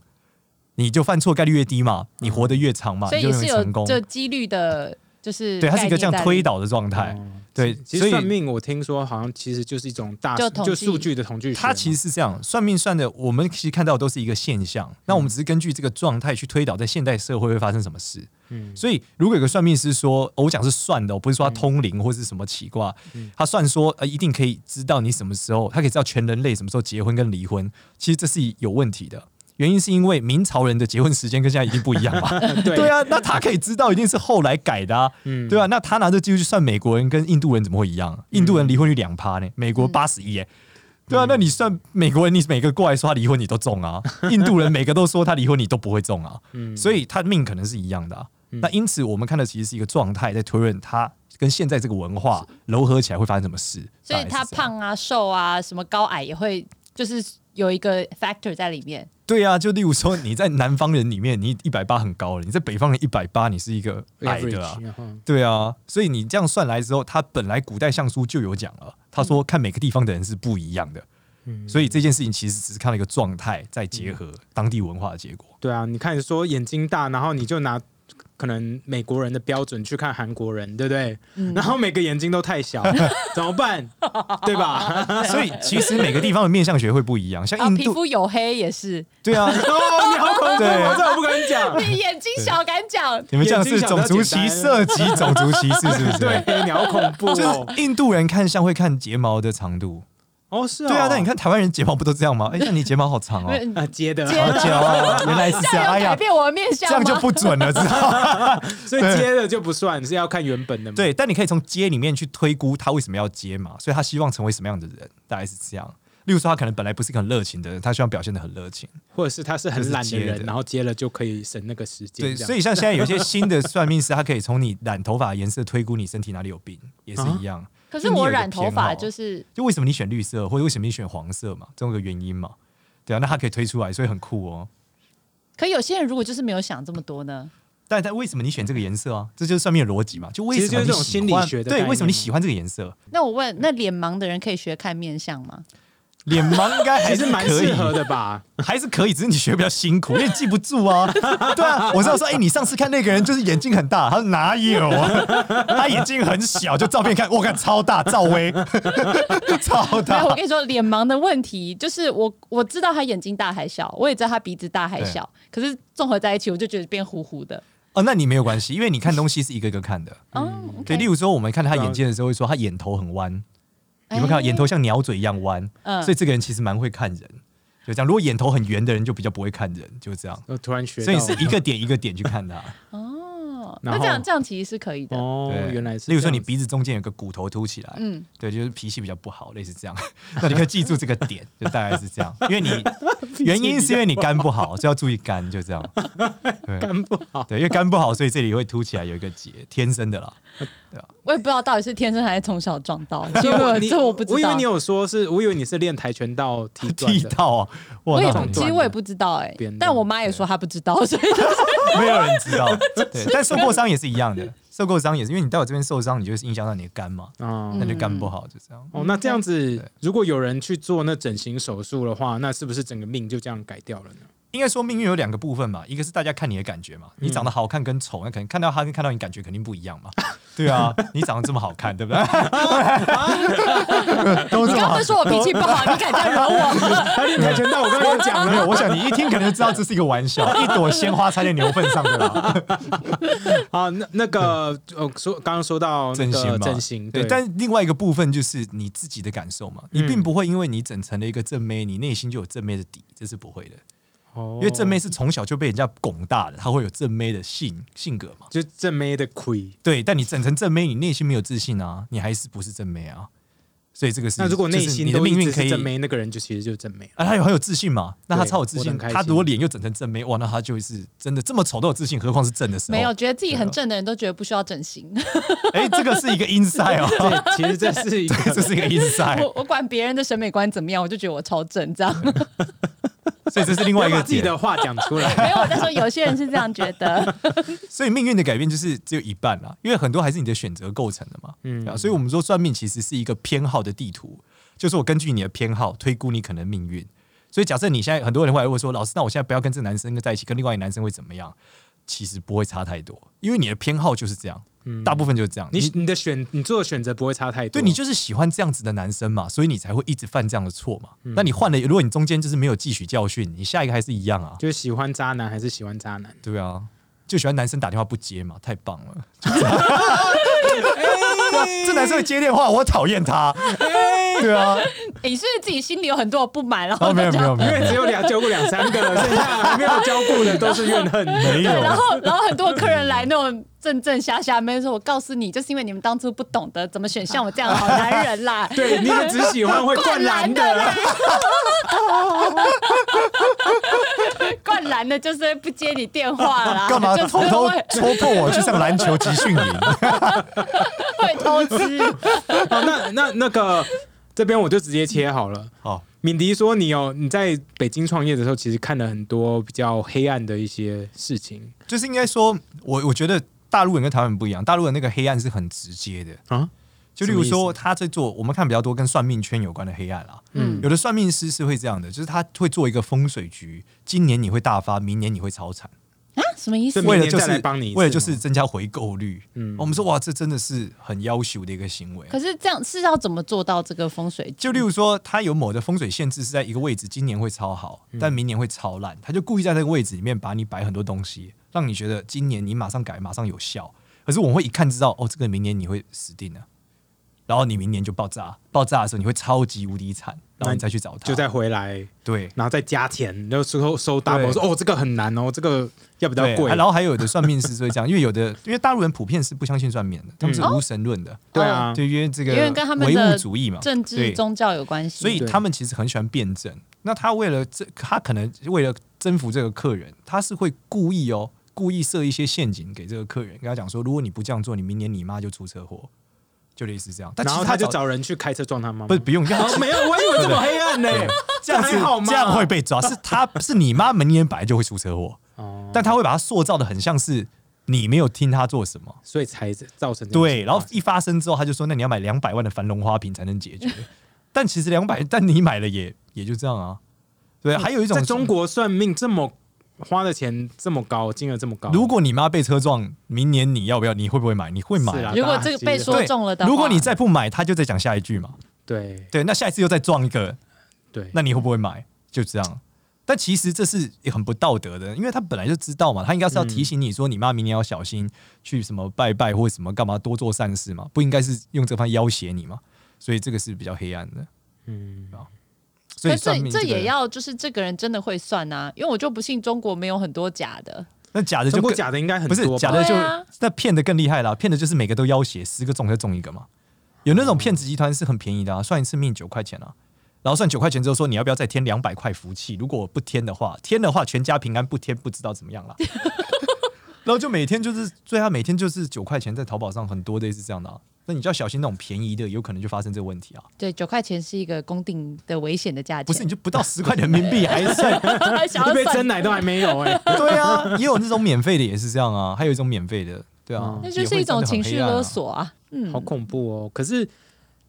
你就犯错概率越低嘛，你活得越长嘛，
嗯所
你就
以
容
是
易
有
成功。
这几率的，就是
对，它是一个这样
概念在
推
里面。
导的状态。
嗯
哦
对，
其实
所以
算命，我听说好像其实就是一种大
就统计
就数据的统计学嘛。
它其实是这样，算命算的，我们其实看到的都是一个现象，那我们只是根据这个状态去推导在现代社会会发生什么事。
嗯
所以如果有个算命师说，哦我讲是算的，我不是说他通灵或是什么奇卦，他算说呃一定可以知道你什么时候，他可以知道全人类什么时候结婚跟离婚，其实这是有问题的。原因是因为明朝人的结婚时间跟现在一定不一样嘛，
呃 对
对，啊，那他可以知道一定是后来改的啊，
嗯
对啊，那他拿这技术去算美国人跟印度人怎么会一样啊？印度人离婚率两趴呢，美国八十一耶。对啊，那你算美国人，你每个过来说他离婚，你都中啊；印度人每个都说他离婚，你都不会中啊。
嗯
所以他命可能是一样的啊、那因此，我们看的其实是一个状态，在推论他跟现在这个文化糅合起来会发生什么事。
所以
大概是
他
这样，
胖啊、瘦啊、什么高矮也会，就是有一个 factor 在里面。
对啊，就例如说你在南方人里面，你一百八很高了；你在北方人一百八，你是一个矮的啊
average，。然后
对啊，所以
嗯
你这样算来之后，他本来古代相书就有讲了，他说看每个地方的人是不一样的，所以这件事情其实只是看到一个状态，再结合当地文化的结果。
对啊，你看说眼睛大，然后你就拿可能美国人的标准去看韩国人，对不对？
嗯
然后每个眼睛都太 小，怎么办？对吧？
所以其实每个地方的面相学会不一样，像
嗯啊，
印
皮
度，
肤黝黑也 是，
对啊，
哦，你好恐怖，
对
我这我不敢讲。
你眼睛小敢 讲，
你们这样是种族歧涉及种族歧视，是 不是？
对，你好恐怖哦！
就是印度人看相会看睫毛的长度，
哦，是哦，
对啊，那你看台湾人睫毛不都这样吗？哎，那你睫毛 好长哦，
没有
啊，接的，
接
好久啊，原来是这样，哎
改
呀，
变我的面
这
相吗
样就不准了，知道吗？
所以接的就不算，是要看原本的嘛。
对，但你可以从接里面去推估他为什么要接嘛，所以他希望成为什么样的人，大概是这样。例如说，他可能本来不是一个很热情的人，他希望表现的很热情。
或者是他是很懒的
就是接
人，
的
然后接了就可以省那个时间。
对，
这样
所以像现在有些新的算命师，他可以从你染头发的颜色推估你身体哪里有病，也是
啊
一样。
可是我染头发
是。
就是
就为什么你选绿色，或者为什么你选黄色嘛，总有个原因嘛。对啊，那他可以推出来，所以很酷哦。
可有些人如果就是没有想这么多呢？
但但为什么你选这个颜色啊？这就是算命的逻辑嘛。就为
其实
什么
就是这
你
种
喜
心理
欢
学的概
对，
念啊
为什么你
嘛
喜欢这个颜色？
那我问，那脸盲的人可以学看面相 吗？
脸盲应该还
其
是
实蛮
可以
适，合的吧？
还是可以，只是你学比较辛苦，因为记不 住啊。对啊，我知道说，哎、你上次看那个人就是眼睛很大，他说 哪有啊？他眼睛很小，就照片看，我看超大，赵 薇
没
超
有，我
大。
跟你说，脸盲的问题就是我我知道他眼睛大还小，我也知道他鼻子大还小，可是综合在一起，我就觉得变糊糊的。
哦，那你没有关系，因为你看东西是一个一个看的。
嗯，OK
对，例如说我们看他眼睛的时候，会说他眼头很弯，你
哎
们看到眼头像鸟嘴一样弯，
嗯
所以这个人其实蛮会看人，就这样。如果眼头很圆的人就比较不会看人，就这样。
我突然学到
所以
了，
是一个点一个点去看他。
哦，
然
那
后
这样这样其实是可以的。
哦
对，，
原来是这样子。
例如说你鼻子中间有个骨头凸起来，
嗯
对，就是脾气比较不好，类似这样。那你可以记住这个点，就大概是这样。因 为你原因是因为你肝不好，所以要注意肝，就 这样。对
肝不好，
对，因为肝不好，所以这里会凸起来有一个结，天生的啦。
我也不知道到底是天生还是从小撞 到，其实我
你
这我不知道。
我以为你有说是，我以为你是练跆拳道踢
剃
断 的，
到啊，哇，
我
那
也
很
不
懂
其实我也不知道哎、
边的
但我妈也说她不知 道，所以
没有人 知道。对，但受过伤也是一样的，受过伤也是，因为你到我这边受伤，你就是影响到你的肝嘛，
哦
那就肝不好，就这样。
哦，那这样子，如果有人去做那整形手术的话，那是不是整个命就这样改掉了呢？
应该说命运有两个部分嘛，一个是大家看你的感觉嘛，你长得好看跟丑，那可能看到他跟看到你感觉肯定不一样嘛。对啊，你长得这么好看，对不对？
你刚
都这么好
刚。说我脾气不 好，你敢这样惹我？
他
哎
练跆拳道，我刚刚有讲
没
了，
有，我想你一听可能就知道这是一个玩笑，一朵鲜花插在牛粪上的啦。
啊，那那个呃，说刚刚说到那
整形
个
嘛，
整形，
对。但另外一个部分就是你自己的感受嘛，你并不会因为你整成了一个正妹，你内心就有正妹的底，这是不会的。
因
因为正妹是从小就被人家拱大的，她会有正妹的性性格嘛。
就正妹的亏。
对，但你整成正妹，你内心没有自信啊，你还是不是正妹啊？所以这个是
那如果内
就是
心
你的
都一
命运
直
可
是
以
正妹，那个人就其实就是正妹了。
啊，她有很有自信嘛，那她
对
超有自
我
信，
很开
她如果
心
脸又整成正妹，哇，那她就是真的这么丑都有自信，何况是正的时候？
没有，，觉得自己很正的人都觉得不需要整形。
哎，这个是一个 inside 哦，
对，其实这是一个
这是一个 inside，
我我管别人的审美观怎么样，我就觉得我超正这样。
所以这是另外一
要
个
把自己
点
的话讲出来。
没有，我在说有些人是这样觉得。
所以命运的改变就是只有一半啦，因为很多还是你的选择构成的嘛。嗯、啊，所以我们说算命其实是一个偏好的地图，就是我根据你的偏好推估你可能命运。所以假设你现在很多人会来问说，老师，那我现在不要跟这个男生在一起，跟另外一个男生会怎么样？其实不会差太多，因为你的偏好就是这样，大部分嗯就是这样。
你你的选你做的选择不会差太多，
对你就是喜欢这样子的男生嘛，所以你才会一直犯这样的错嘛。那你换了，如果你中间就是没有汲取教训，你下一个还是一样啊。
就是喜欢渣男还是喜欢渣男？
对啊，就喜欢男生打电话不接嘛，太棒了。这男生会接电话，我讨厌他。对啊，
诶 你是不是自己心里有很多不满，然后
哦，没有没有没
因为
有
只有两交过两三个了，剩下还没有交过的都是怨恨。。
没
对，然
有，
后然后很多客人来那种正正瞎瞎妹说，我告诉你，就是因为你们当初不懂得怎么选像我这样的好男人 啦
对，你也只喜欢 会灌篮的，
灌篮的就是不接你电话啦，
干嘛
就是
偷偷
会
戳破我去上篮球集训营？
会偷 吃。啊
好，哦那那那个这边我就直接切好了。
好，
敏迪说：“你有你在北京创业的时候，其实看了很多比较黑暗的一些事情
就是应该说，我我觉得大陆人跟台湾人不一样，大陆人那个黑暗是很直接的
啊
啊。就例如
什么
说，
意思
他在做我们看比较多跟算命圈有关的黑暗啊。
嗯
有的算命师是会这样的，就是他会做一个风水局，今年你会大发，明年你会超产，
啊，什么意思
对？
为
明
了
年
就
再来
是
帮你一次
为了就
吗
是增加回购率。嗯，我们说哇，这真的是很要求的一个行为。
可是这样是要怎么做到这个风水？
就例如说，他有某的风水限制是在一个位置，今年会超好，
嗯
但明年会超烂，他就故意在那个位置里面把你摆很多东西，让你觉得今年你马上改，马上有效。可是我们会一看知道，哦，这个明年你会死定了，然后你明年就爆炸，爆炸的时候你会超级无敌惨，然后你再去找他，
就再回来，
对
然后再加钱，然后之后收 double，
对
说哦这个很难哦，这个要比较
对，啊
贵
还，然后还有的算命师是会这样，因为有的因为大陆人普遍是不相信算命的，他们
嗯
是
哦
无神论的，
对啊，
对，因为这个
因为跟他们
唯
的
物主义嘛，
政治、嗯
对
宗教有关系，
所以
对
他们其实很喜欢辩证。那他为了这，他可能为了征服这个客人，他是会故意哦，故意设一些陷阱给这个客人，跟他讲说，如果你不这样做，你明年你妈就出车祸，就类似这样。但
然
其
后
实
他就
早
找人去开车撞他妈妈，
不是不用这样，
哦没有，我以为这么黑暗呢，
这 样
还好
子
吗
这样会被抓，是他是你妈明年本来就会出车祸，
哦，
但他会把它塑造的很像是你没有听他做什么。
所以才造成这种啊
对，
情
然
况
后一发生之后，他就说：“那你要买两百万的繁荣花瓶才能解 决。”但其实两百，但你买了也也就这样啊。对，还有一
嗯
种
在中国算命这么花的钱这么高，金额这么高，
如果你妈被车撞，明年你要不要？你会不会买？你会买、
是啊
如果这个被说
对
中了的话，
如果你再不买，他就再讲下一句嘛。
对
对，那下一次又再撞一个，
对，
那你会不会买？就这样。但其实这是很不道德的，因为他本来就知道嘛，他应该是要提醒你说，你妈明年要小心去什么拜拜或什么干嘛，多做善事嘛，不应该是用这番要挟你嘛。所以这个是比较黑暗的，
嗯，
所以
可
算
是
命
这
个
也要就是这个人真的会算啊，因为我就不信中国没有很多假的，
那假的就
中国
更
假的应该很
不是
多吧，
假的就、
对啊
那骗的更厉害啦，骗的就是每个都要挟，十个中就中一个嘛。有那
嗯
种骗子集团是很便宜的啊，算一次命九块钱啊，然后算九块钱之后说你要不要再添两百块福气，如果我不添的话，添的话全家平安，不添不知道怎 么样啦。然后就每天就是，对啊，每天就是九块钱在淘宝上很多类似这样的、啊，那你就要小心那种便宜的，有可能就发生这个问题啊。
对，九块钱是一个公定的危险的价钱，
不是，你就不到十块人 民币还算
还 想
一
要
杯
算
真奶都还没有哎，
对啊，也有那种免费的也是这样 啊，还有一种免费的，对啊
嗯，
那就是一种情绪勒。索啊。嗯
好，恐怖哦！可是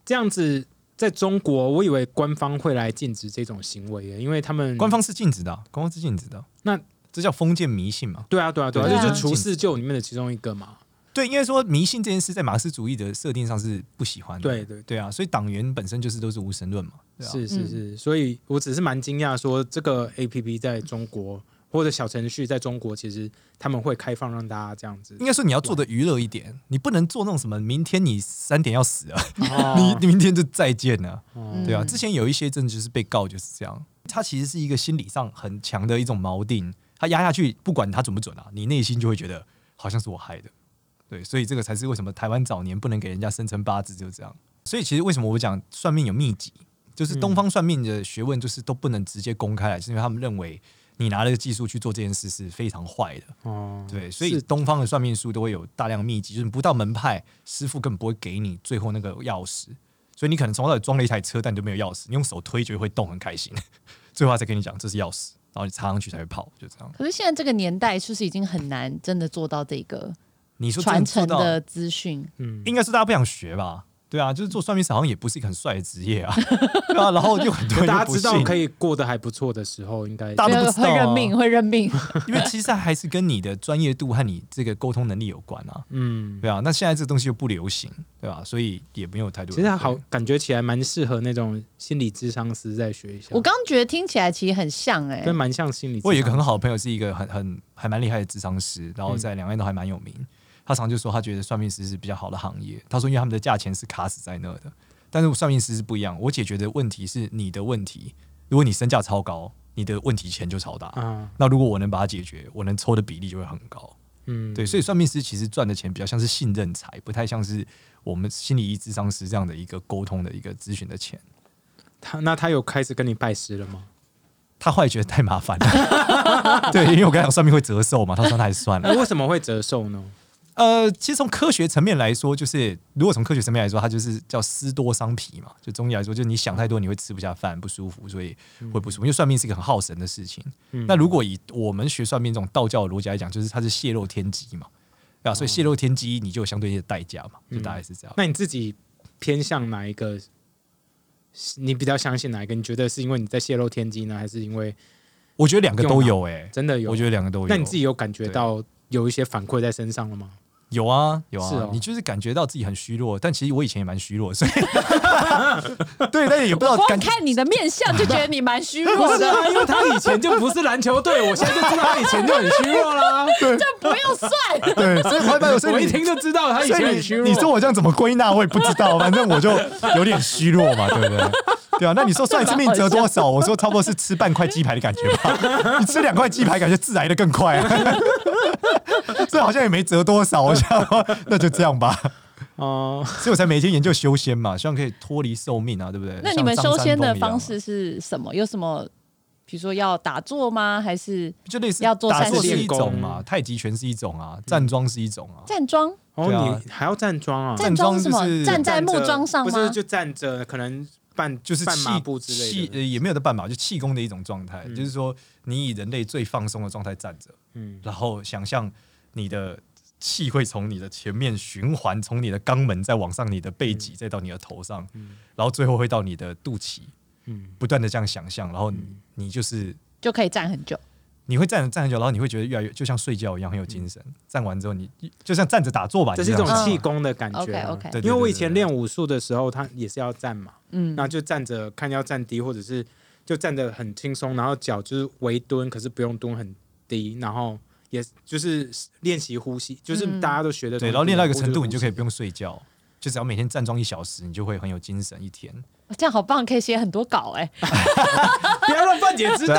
这样子，在中国，我以为官方会来禁止这种行为耶，因为他们
官方是禁止的啊、官方是禁止的。
嗯那
这叫封建迷信嘛？
对啊，对啊，对啊，
对啊
这就除四旧里面的其中一个嘛。
对，应该说迷信这件事在马克思主义的设定上是不喜欢的。
对对
对啊，所以党员本身就是都是无神论嘛。对啊、
是是是，所以我只是蛮惊讶，说这个 A P P 在中国或者小程序在中国，其实他们会开放让大家这样子
应。该说你要做的娱乐一点，你不能做那种什么明天你三点要死啊，
哦
你你明天就再见了、
哦
对啊，
嗯
之前有一些证就是被告就是这样，它其实是一个心理上很强的一种锚定，它压下去，不管它准不准啊，你内心就会觉得好像是我害的，对，所以这个才是为什么台湾早年不能给人家生辰八字就这样。所以其实为什么我讲算命有秘籍，就是东方算命的学问就是都不能直接公开来，是因为他们认为你拿这个技术去做这件事是非常坏的，
哦，
对，所以
是
东方的算命术都会有大量秘籍，就是你不到门派，师傅根本不会给你最后那个钥匙，所以你可能从头到尾装了一台车，但你都没有钥匙，你用手推就会动，很开心， 最后他才跟你讲这是钥匙，然后你插上去才会跑，就这样。
可是现在这个年代是不是已经很难真的做到这个
你说
传
真的做
承
到，
的资讯？
嗯，
应该是大家不想学吧？对啊，就是做算命师好像也不是一个很帅的职业啊， 对啊，然后就很多人
大家
就不
知道
信
可以过得还不错的时候，应该
大他们不知道
会
啊
认命，会认 命。
因为其实还是跟你的专业度和你这个沟通能力有关啊，
嗯，
对啊，那现在这个东西又不流行，对吧、所以也没有太多
其
人会。
实还好，感觉起来蛮适合那种心理智商师在学一下。
我刚觉得听起来其实很像哎、
跟蛮像心理智商，
我有一个很好的朋友，是一个很很还蛮厉害的智商师，然后在两岸都还蛮有名。他常就说，他觉得算命师是比较好的行业。他说，因为他们的价钱是卡死在那的，但是算命师是不一样。我解决的问题是你的问题，如果你身价超高，你的问题钱就超大。
啊，
那如果我能把它解决，我能抽的比例就会很高。
嗯，
对，所以算命师其实赚的钱比较像是信任财，不太像是我们心理医智商师这样的一个沟通的一个咨询的钱。
他那他有开始跟你拜师了 吗？
他后来觉得太麻烦了，对，因为我刚才讲算命会折寿嘛，他说那还是算了
那。为什么会折寿呢？
呃，其实从科学层面来说，就是如果从科学层面来说，它就是叫思多伤脾嘛。就中医来说，就是你想太多，你会吃不下饭，不舒服，所以会不
嗯
舒服。因为算命是一个很耗神的事情。那如果以我们学算命这种道教的逻辑来讲，就是它是泄
嗯
露天机嘛，对吧、所以泄露天机，你就有相对应的代价嘛，就大概是这样。
那你自己偏向哪一个？你比较相信哪一个？你觉得是因为你在泄露天机呢，还是因为
我觉得两个都有哎、
真的有？啊
我觉得两个都有。
那你自己有感觉到有一些反馈在身上了吗？
有啊有啊，
是哦
你就是感觉到自己很虚弱，但其实我以前也蛮虚 弱，所以对，但也不知道
光
感觉
看你的面相就觉得你蛮虚弱的，
啊，因为他以前就不是篮球 队，我现在就知道他以前就很虚弱啦。
这 不用 算。
对，所以拍拍我，所以
我
你
一听就知道他以
所
前
以
很虚弱。
你你说我这样怎么归纳，我也不 知道，反正我就有点虚弱嘛，对不对？对啊，那你说算一次命折多少？我说差不多是吃半块鸡排的感觉 吧。你吃两块鸡排，感觉致癌的更快、 啊，所以好像也没折多少。我想说那就这样吧，
哦、
所以我才每天研究修仙嘛，希望可以脱离寿命啊，对不对？
那你们
像张
修
三
仙的
丰一样啊
方，式是什么？有什么？比如说要打坐吗？还是
就类似
要做
打
善
坐
事
是一种
练功
嘛，太极拳是一种啊，站桩是一种啊，
站桩？
哦，
对啊
你还要站桩啊？
站桩是什么
站桩就？是
站在
站着
木桩上
不
吗
是？就站着，可能半
就是
半马
气
步之类
气呃
的。
也没有的半马，就气功的一种状态，
嗯
就是说你以人类最放松的状态站着，
嗯，
然后想象你的气会从你的前面循环，从你的肛门再往上你的背脊，再到你的头上，
嗯
然后最后会到你的肚脐，
嗯，
不断的这样想象，然后你你就是
就可以站很久。
你会站着站很久，然后你会觉得越来越就像睡觉一样很有精神，站完之后你就像站着打坐吧，
嗯这是一
你知
种
道吗
气功的感觉啊、
OK，OK
对对对
因为我以前练武术的时候，他也是要站嘛，
嗯，
那就站着看要站低，或者是就站得很轻松，然后脚就是微蹲，可是不用蹲很低，然后也就是练习呼吸，就是
嗯
大家都学的、
对，然后练到一个程度，你就可以
呼
不用睡觉。就只要每天站桩一小时，你就会很有精神一天。
这样好棒，可以写很多稿 哎。
吸，不要让范姐知道，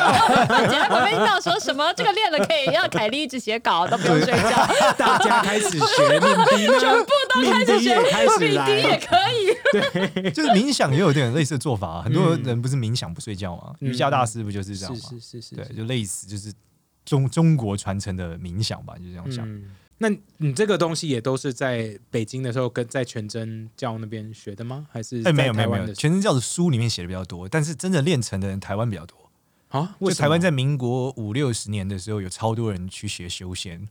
姐在旁边到说什么这个练了可以让凯莉一直写稿，都不用睡 觉，
大家开 始学命低呢，全部
都开始学
也开始
比低也
来，
可以。
就是冥想也有点类似的做法、啊，很多人不是冥想不睡觉吗？
嗯
瑜伽大师不就是这样
是
吗？
是是是，
对，
是
就类似就是中中国传承的冥想吧，就这样想。
嗯，那你这个东西也都是在北京的时候跟在全真教那边学的吗？还是
哎、
在
没有没
台
有没
湾
有，
的时
全真教的书里面写的比较多，但是真的练成的人台湾比较多。
候？啊，
就
为什么
台湾在民国五六十年的时候，有超多人去学修仙，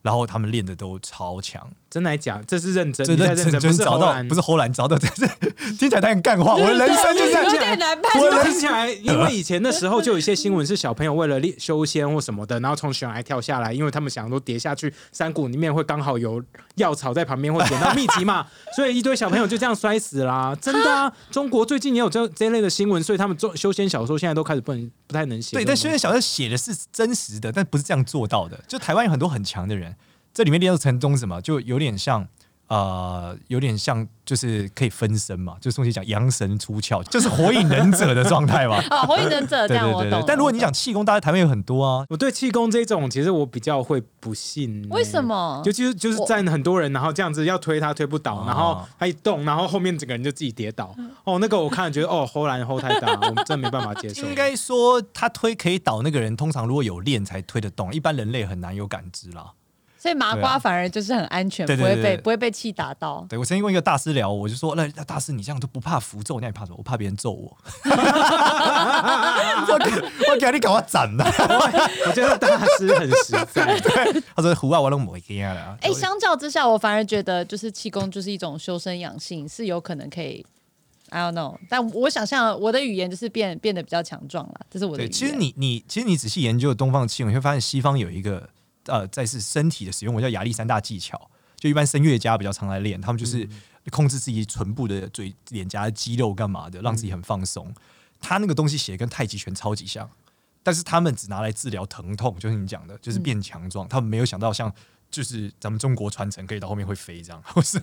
然后他们练的都超强。
真来讲，这是认真，
这
你在
认
认
真
真，
真
不是
找
荷
到
兰，
不是侯兰找到，这是 听起来他 很干话。我的人生就这 样
有
讲。
点难判
我
断。。
听起来，因为以前那时候就有一些新闻是小朋友为了练修仙或什么的，然后从悬崖跳下来，因为他们想都跌下去，山谷里面会刚好有药草在旁边或捡到秘籍嘛，所以一堆小朋友就这样摔死啦。真的啊，中国最近也有这这类的新闻，所以他们做修仙小说现在都开始不能不太能写这种东西。
对，但虽然小说写的是真实的，但不是这样做到的。就台湾有很多很强的人，这里面练到成功什么，就有点像。呃，有点像就是可以分身嘛，就是宋姐讲阳神出窍，就是火影忍者的状态嘛
哦，火影忍者这
对
样
对
我
对
懂了。。
对
嗯
但如果你
我懂
讲气功，大家台湾有很多啊。
我对气功这种，其实我比较会不信、欸
为什？
嗯
么
就？就是就是
我
站很多人，然后这样子要推他推不倒，
哦
然后他一动，然后后面整个人就自己跌倒。
嗯
哦，那个我看了觉得哦，后来后太大，我们真没办法接受。
应该说他推可以倒那个人，通常如果有练才推得动，一般人类很难有感知啦。
所以麻
对
瓜
啊
反而就是很安全，
对
不
对
会
对
被
对
不会被气打到。
对我曾经问一个大师聊，我就说：“那那大师，你这样都不怕符咒，那你怕什么？我怕别人咒我。 我”我我给你搞我斩啊了。
我觉得大师很实 在，
他说：“胡啊，我弄某一个呀啦。”
哎，相较之下，我反而觉得就是气功就是一种修身养性，是有可能可以。I don't know，但我想象我的语言就是变变得比较强壮了，这是我的语
对，
言。
其实你你其实你仔细研究东方的气功，你会发现西方有一个呃，在是身体的使用，我叫亚历山大技巧，就一般声乐家比较常来练，他们就是
嗯
控制自己唇部的嘴、脸颊的肌肉干嘛
嗯
的，让自己很放松。他那个东西写得跟太极拳超级像，但是他们只拿来治疗疼痛，就是你讲的，
嗯
就是变强壮。他们没有想到像就是咱们中国传承可以到后面会飞这样，或是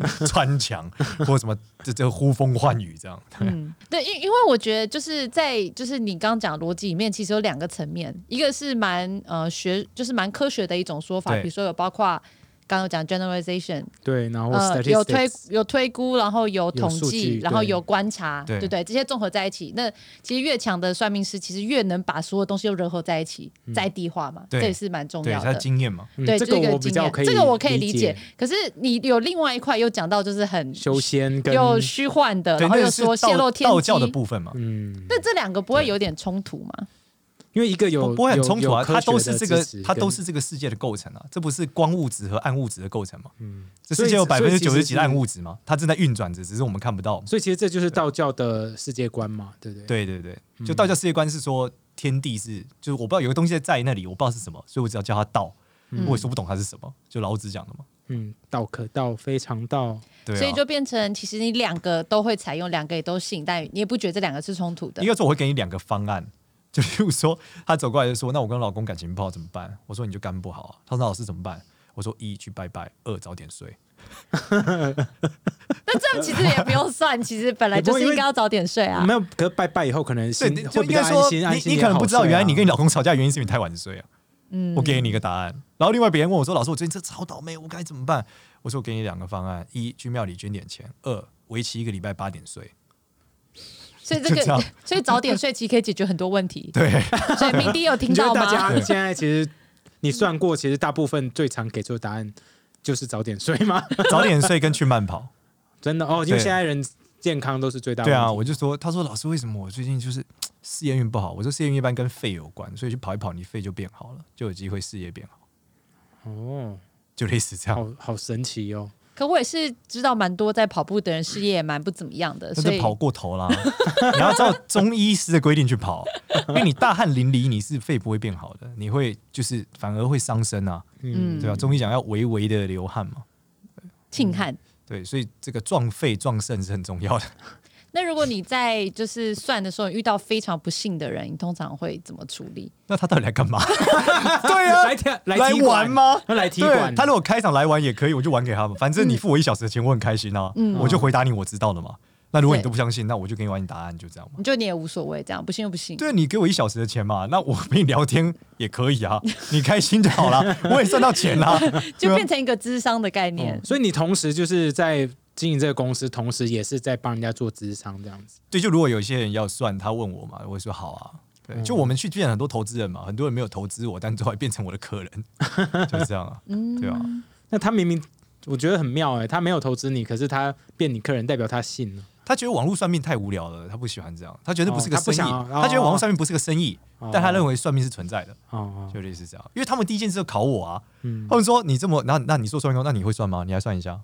穿墙，或什么这这呼风唤雨这样。
嗯，对，因因为我觉得就是在就是你刚刚讲的逻辑里面，其实有两个层面，一个是蛮呃学就是蛮科学的一种说法，
对
比如说有包括刚刚有讲 generalization，
对，然后
呃，有推
statistics
有推估，然后有统
有数
计，
据
然后
对
有观察，
对
对不对？这些综合在一起，那其实越强的算命师，其实越能把所有东西都融合在一起，在地化嘛，
对
这也是蛮重
对，
要
他的
的。
经验嘛。
嗯
对，
这
就是一
个我
经
比较
验
可以，
这个我可以理
理
解。可是你有另外一块又讲到，就是很
修仙跟
又虚幻的，
对，
然后
那
又
个是
说泄
道
露天
道
机
教的部分嘛。
嗯，
那这两个不会有点冲突吗？
因为一个有
不不会很冲突
有
啊，
有
它都是这
科学
个
的支持，
它都是这个世界的构成啊，这不是光物质和暗物质的构成吗？
嗯，
这
所
世
以
界有百分之九十几的暗。
所以其实是
物质吗？它正在运转着，只是我们看不到。
所以其实这就是道教的世界观嘛，对不对？，
对对对，
嗯
就道教世界观是说天地是，就是我不知道有个东西在那里，我不知道是什么，所以我只要叫它道，我也说不懂它是什么，就老子讲的嘛。
嗯，道可道，非常道。
对、啊，
所以就变成其实你两个都会采用，两个也都信，但你也不觉得这两个是冲突的
应。该说我会给你两个方案，就比如说他走过来就说，那我跟老公感情不好怎么办？我说你就肝不好啊。他说老师怎么办？我说一去拜拜，二早点睡。
那啊这样其实也不用算，其实 本来就是应该要早点睡啊
没。有，可是拜拜以后可能
对，
心
你
会
就应
比较
该说
安心，安
你
心
你
也
可能
好
不知道，
睡啊
原来你跟你老公吵架的原因是因为你太晚睡啊。我给你一个答案，然后另外别人问我说：“老师，我最近这超倒霉，我该怎么办？”我说：“我给你两个方案：一去庙里捐点钱；二为期一个礼拜八点睡。
所以这
就这
个
样，
所以早点睡其实可以解决很多问题”。
对，
所以明迪有听
你觉
到
得
吗
大？家现在其实你算过，其实大部分最常给出的答案就是早点睡吗？
早点睡跟去慢跑。
真的哦，因为
对
现在人健康都是最大的
对啊，
问题，
我就说，他说老师，为什么我最近就是事业运不好？我说事业运一般跟肺有关，所以去跑一跑，你肺就变好了，就有机会事业变好，
哦，
就类似这样。
好好神奇哦。
可我也是知道蛮多在跑步的人事业也蛮不怎么样的，
但
所
是
以
跑嗯过头啦， 你要照中医师的规定去跑，因为你大汗淋漓，你是肺不会变好的，你会就是反而会伤身啊，
嗯，
对吧、中医讲要微微的流汗嘛，
庆汉。
对，所以这个壮肺壮肾是很重要的。
那如果你在就是算的时候你遇到非常不幸的人，你通常会怎么处理？
那他到底 来干嘛？对啊，
来踢来
来
踢馆
玩吗？
他来踢
对
馆，
他如果开场来玩也可以，我就玩给他们。反
嗯
正你付我一小时的钱，我很开心啊。我就回答你我知道的嘛。那如果你都不相信，那我就给你玩你答案，就这样嘛。
你就你也无所谓，这样不信就不信。
对，你给我一小时的钱嘛，那我陪你聊天也可以啊，你开心就好啦，我也赚到钱啦。
就
啊
变成一个智商的概
哦
念。
所以你同时就是在经营这个公司，同时也是在帮人家做智商这样子。
对，就如果有些人要算，他问我嘛，我会说好啊。对，就
嗯
我们去见很多投资人嘛，很多人没有投资我，但最后还变成我的客人，就是这样 啊，
嗯
对啊。
那他明明我觉得很妙哎、他没有投资你，可是他变你客人，代表他信了。
他觉得网络算命太无聊了，他不喜欢这样，他觉得不是个
哦他不
生意，
想哦
他觉得网络算命不是个生意，
哦
但他认为算命是存在的，
哦哦，
就类似这样。因为他们第一件事就考我啊，
嗯
他们说你这么，那那你做算命，那你会算吗？你来算一下。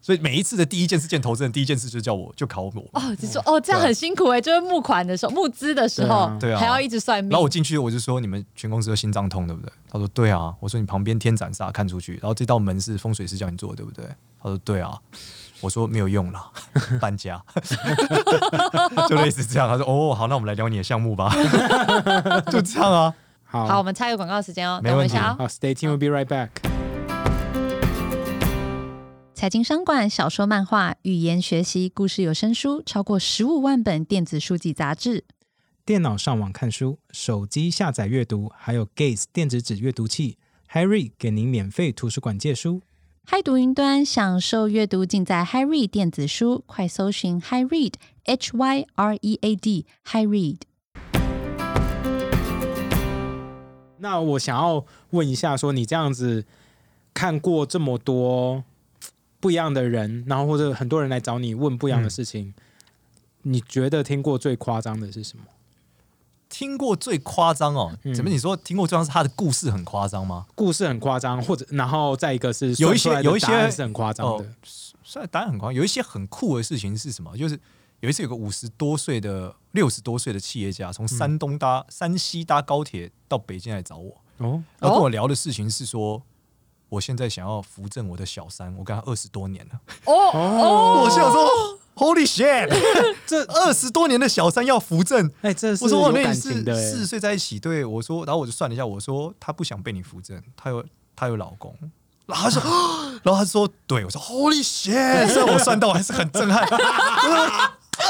所以每一次的第一件事见投资人，第一件事就叫我就考我，
哦，你说哦，这样很辛苦哎、就是募款的时候、募资的时候，
啊对啊对啊
还要一直算命
然后。我进去我就说你们全公司都心脏痛对不对？他说对啊，我说你旁边天斩煞看出去，然后这道门是风水师叫你做的对不对？他说对啊，我说没有用啦， 搬家，就类似这样。他说哦好，那我们来聊你的项目吧， 就这样啊。
好，
好，我们插一个广告时间哦，
没
等我
问
一
题
下哦。
好，Stay tuned，we'll be right back。
财经商管、小说、漫画、语言学习、故事有声书，超过十五万本电子书籍杂志。
电脑上网看书，手机下载阅读，还有 Gaze 电子纸阅读器，Harry 给您免费图书馆借书。
嗨读云端，享受阅读尽在 Hi Read 电子书，快搜寻 Hi Read H Y R E A D Hi Read。
那我想要问一下说你这样子看过这么多嘖不一样的人，然后或者很多人来找你问不一样的事情，你觉得听过最夸张的是什么？
听过最夸张哦，怎么你说听过最夸张是他的故事很夸张吗？
故事很夸张，或者然后再一个是
有
算
一些
出来的
有一些
答案是很夸张的，
哦虽然答案很夸张，有一些很酷的事情是什么？就是有一次有个五十多岁的、六十多岁的企业家从山东搭、山西搭高铁到北京来找我，
哦，
然后跟我聊的事情是说。我现在想要扶正我的小三，我跟他二十多年了。
哦，
我心想说，Holy shit！
这
二十多年的小三要扶正，
哎、这是
我说
有
我那
感
也
情
是
的欸
四十岁在一起，对我说，然后我就算了一下，我说她不想被你扶正，她有她有老公，然后她说，然后她说，对我说 Holy shit，虽然我算到我还是很震撼， 我说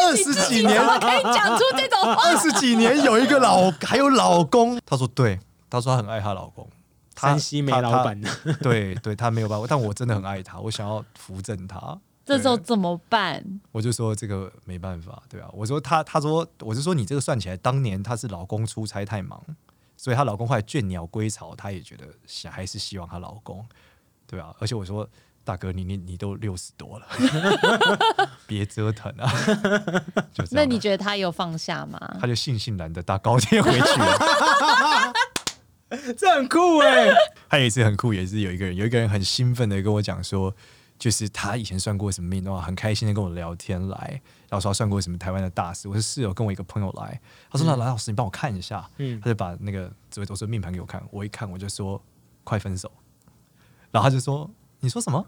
二十几
你
年
怎，么可以讲出这种 话？
二十几年有一个老还有老公，她说对，她说她很爱她老公，她
山西煤
她
老板，
她对对，她没有办法，但我真的很爱她，我想要扶正她。
这时候
对
怎么办？
我就说这个没办法，对啊。我说她，她说，我就说你这个算起来，当年她是老公出差太忙，所以她老公后来倦鸟归巢，她也觉得想还是希望她老公，对啊。而且我说大哥，你你你都六十多了， 别折腾啊！ 就这样啊
那你觉得他有放下吗？
他就悻悻然的搭高铁回去了。
这很酷
欸
哎、
还有一次很酷，也是有一个人，有一个人很兴奋的跟我讲说，就是他以前算过什么命，然后很开心的跟我聊天来，然后说他算过什么台湾的大事。我是室友跟我一个朋友来，他说：“那蓝老师，你帮我看一下。”
嗯
他就把那个紫微斗数命盘给我看，我一看我就说：“快分手。”然后他就说：“你说什么？”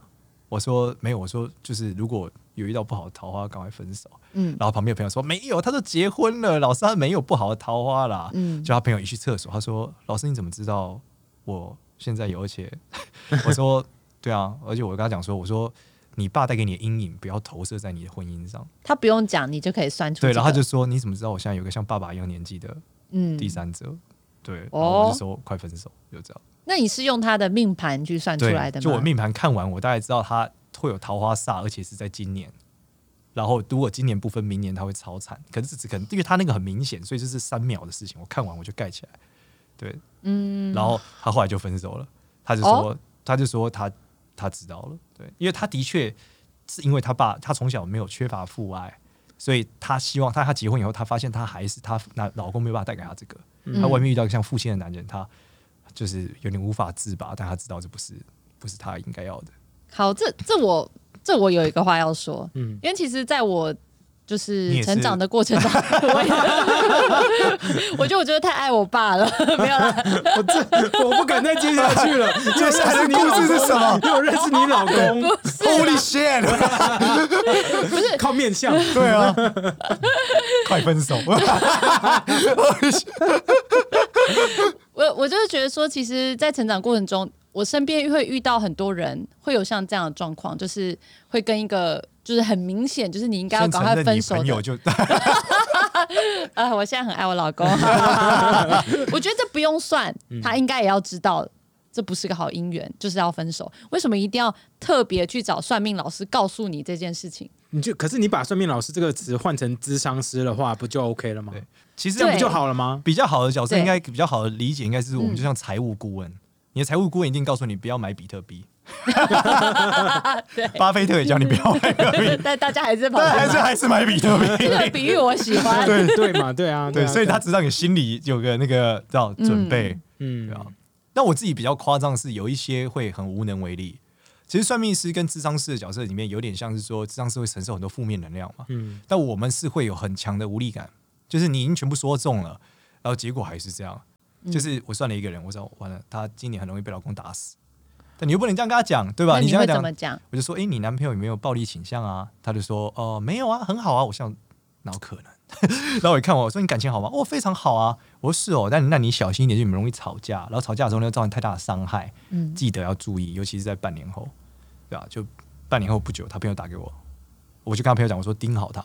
我说：“没有，我说就是如果有遇到不好的桃花，赶快分手。”
嗯
然后旁边有朋友说：“没有，他都结婚了，老师他没有不好的桃花啦。”
嗯
就他朋友一去厕所，他说：“老师你怎么知道我现在有？而且 我说对啊，而且我跟他讲说，我说你爸带给你的阴影不要投射在你的婚姻上。
他不用讲，你就可以算出这
对，
个。
然后他就说：你怎么知道我现在有个像爸爸一样年纪的
嗯
第三者？对，然
哦
后我就说快分手，就这样。
那你是用他的命盘去算出
对，
来的吗？
就我命盘看完，我大概知道他会有桃花煞，而且是在今年。然后如果今年不分，明年他会超惨。可是只可能因为他那个很明显，所以就是三秒的事情，我看完我就盖起来。对，嗯。然后他后来就分手了，他就说，
哦
他就说他他知道了，对，因为他的确是因为他爸，他从小没有缺乏父爱。所以他希望他他结婚以后，他发现他还是他那老公没有办法带给他这个，
嗯
他外面遇到一个像父亲的男人，他就是有点无法自拔，但他知道这不是不是他应该要的。
好，这这我这我有一个话要说，
嗯
因为其实在我就
你
是
也是
成长的过程中，我也 我觉得我觉得太爱我爸了，没有啦，
我这我不敢再接下去 了。又认识你老公
故事是什么？
又认识你老公，
Holy shit！
靠面相。
对啊，快 分手！
我我就是觉得说，其实，在成长过程中，我身边会遇到很多人会有像这样的状况，就是会跟一个就是很明显，就是你应该要
先
赶
承
快
认
分
你
手
朋
的
友就
啊，我现在很爱我老 公，我觉得这不用算，
嗯
他应该也要知道。这不是个好姻缘，就是要分手。为什么一定要特别去找算命老师告诉你这件事情？
你就可是你把算命老师这个词换成咨商师的话，不就 OK 了吗？
对，其实
这样不
对
就好了吗？
比较好的角色，
对
应该比较好的理解，应该是我们就像财务顾问，你的财务顾问一定告诉你不要买比特币，巴菲特也叫你不要买比特 币，
但大家还是跑
但
去
还是还是买比特
这个
币。
比喻我喜欢。
对对嘛，对 啊，
对，
啊
所以
对
他只让你心里有个那个知道准备。对啊
嗯，。
那我自己比较夸张的是，有一些会很无能为力。其实算命师跟智商师的角色里面，有点像是说，智商师会承受很多负面能量嘛。
嗯
但我们是会有很强的无力感，就是你已经全部说中了，然后结果还是这样。
嗯
就是我算了一个人，我知道完了，他今年很容易被老公打死，但你又不能这样跟他讲，对吧？
那你
这
会
样
怎么
讲，
讲？
我就说，哎、你男朋友有没有暴力倾向啊？他就说，哦、没有啊，很好啊。我想，哪有可能？ 然后我一看我，我说你感情好吗？哦，非常好啊。我说是哦，但那你小心一点，就你们容易吵架，然后吵架的时候呢，又造成太大的伤害，
嗯
记得要注意，尤其是在半年后，对吧、啊就半年后不久，他朋友打给我，我就跟他朋友讲，我说盯好他，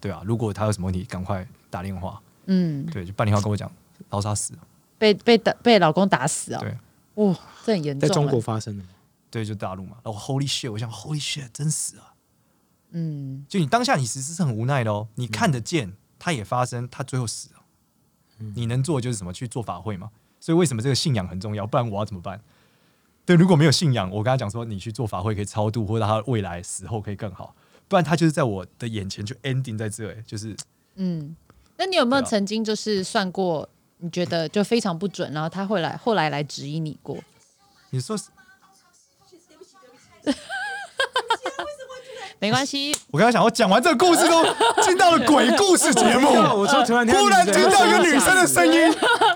对啊，如果他有什么问题，赶快打电话。
嗯，
对，就半年后跟我讲，老师他死了，
被被打被老公打死哦。
对。
哇，这很严
在
重。啊
中国，发生的吗，
对，就大陆嘛。然后 Holy shit，我想 Holy shit，真死了。
嗯，
就你当下你其实是很无奈的哦，
嗯
你看得见，它也发生，它最后死了。
嗯
你能做的就是什么？去做法会嘛。所以为什么这个信仰很重要？不然我要怎么办？对，如果没有信仰，我跟他讲说，你去做法会可以超度，或者他未来死后可以更好。不然他就是在我的眼前就 ending 在这、哎，就是
那你有没有
对啊
曾经就是算过？你觉得就非常不准，然后他会来后来来质疑你过？
你说是，
没关系，
我刚才想，我讲完这个故事 都进到了鬼故事节目，
我说突然听到
哎忽然听到一个女生的声音，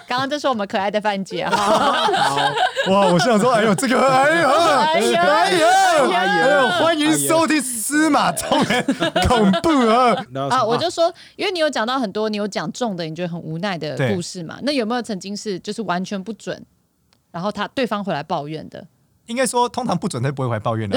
刚刚这是我们可爱的范姐啊哈。
哇！我想说，哎呦，这个，哎呦，
哎
哎
呀
呀，哎呦，哎呦，欢迎收听司马中人恐怖啊！
然后什么
啊，我就说，因为你有讲到很多，你有讲中的，你觉得很无奈的
对
故事嘛？那有没有曾经是就是完全不准，然后他对方回来抱怨的？
应该说，通常不准他不会回来抱 怨的、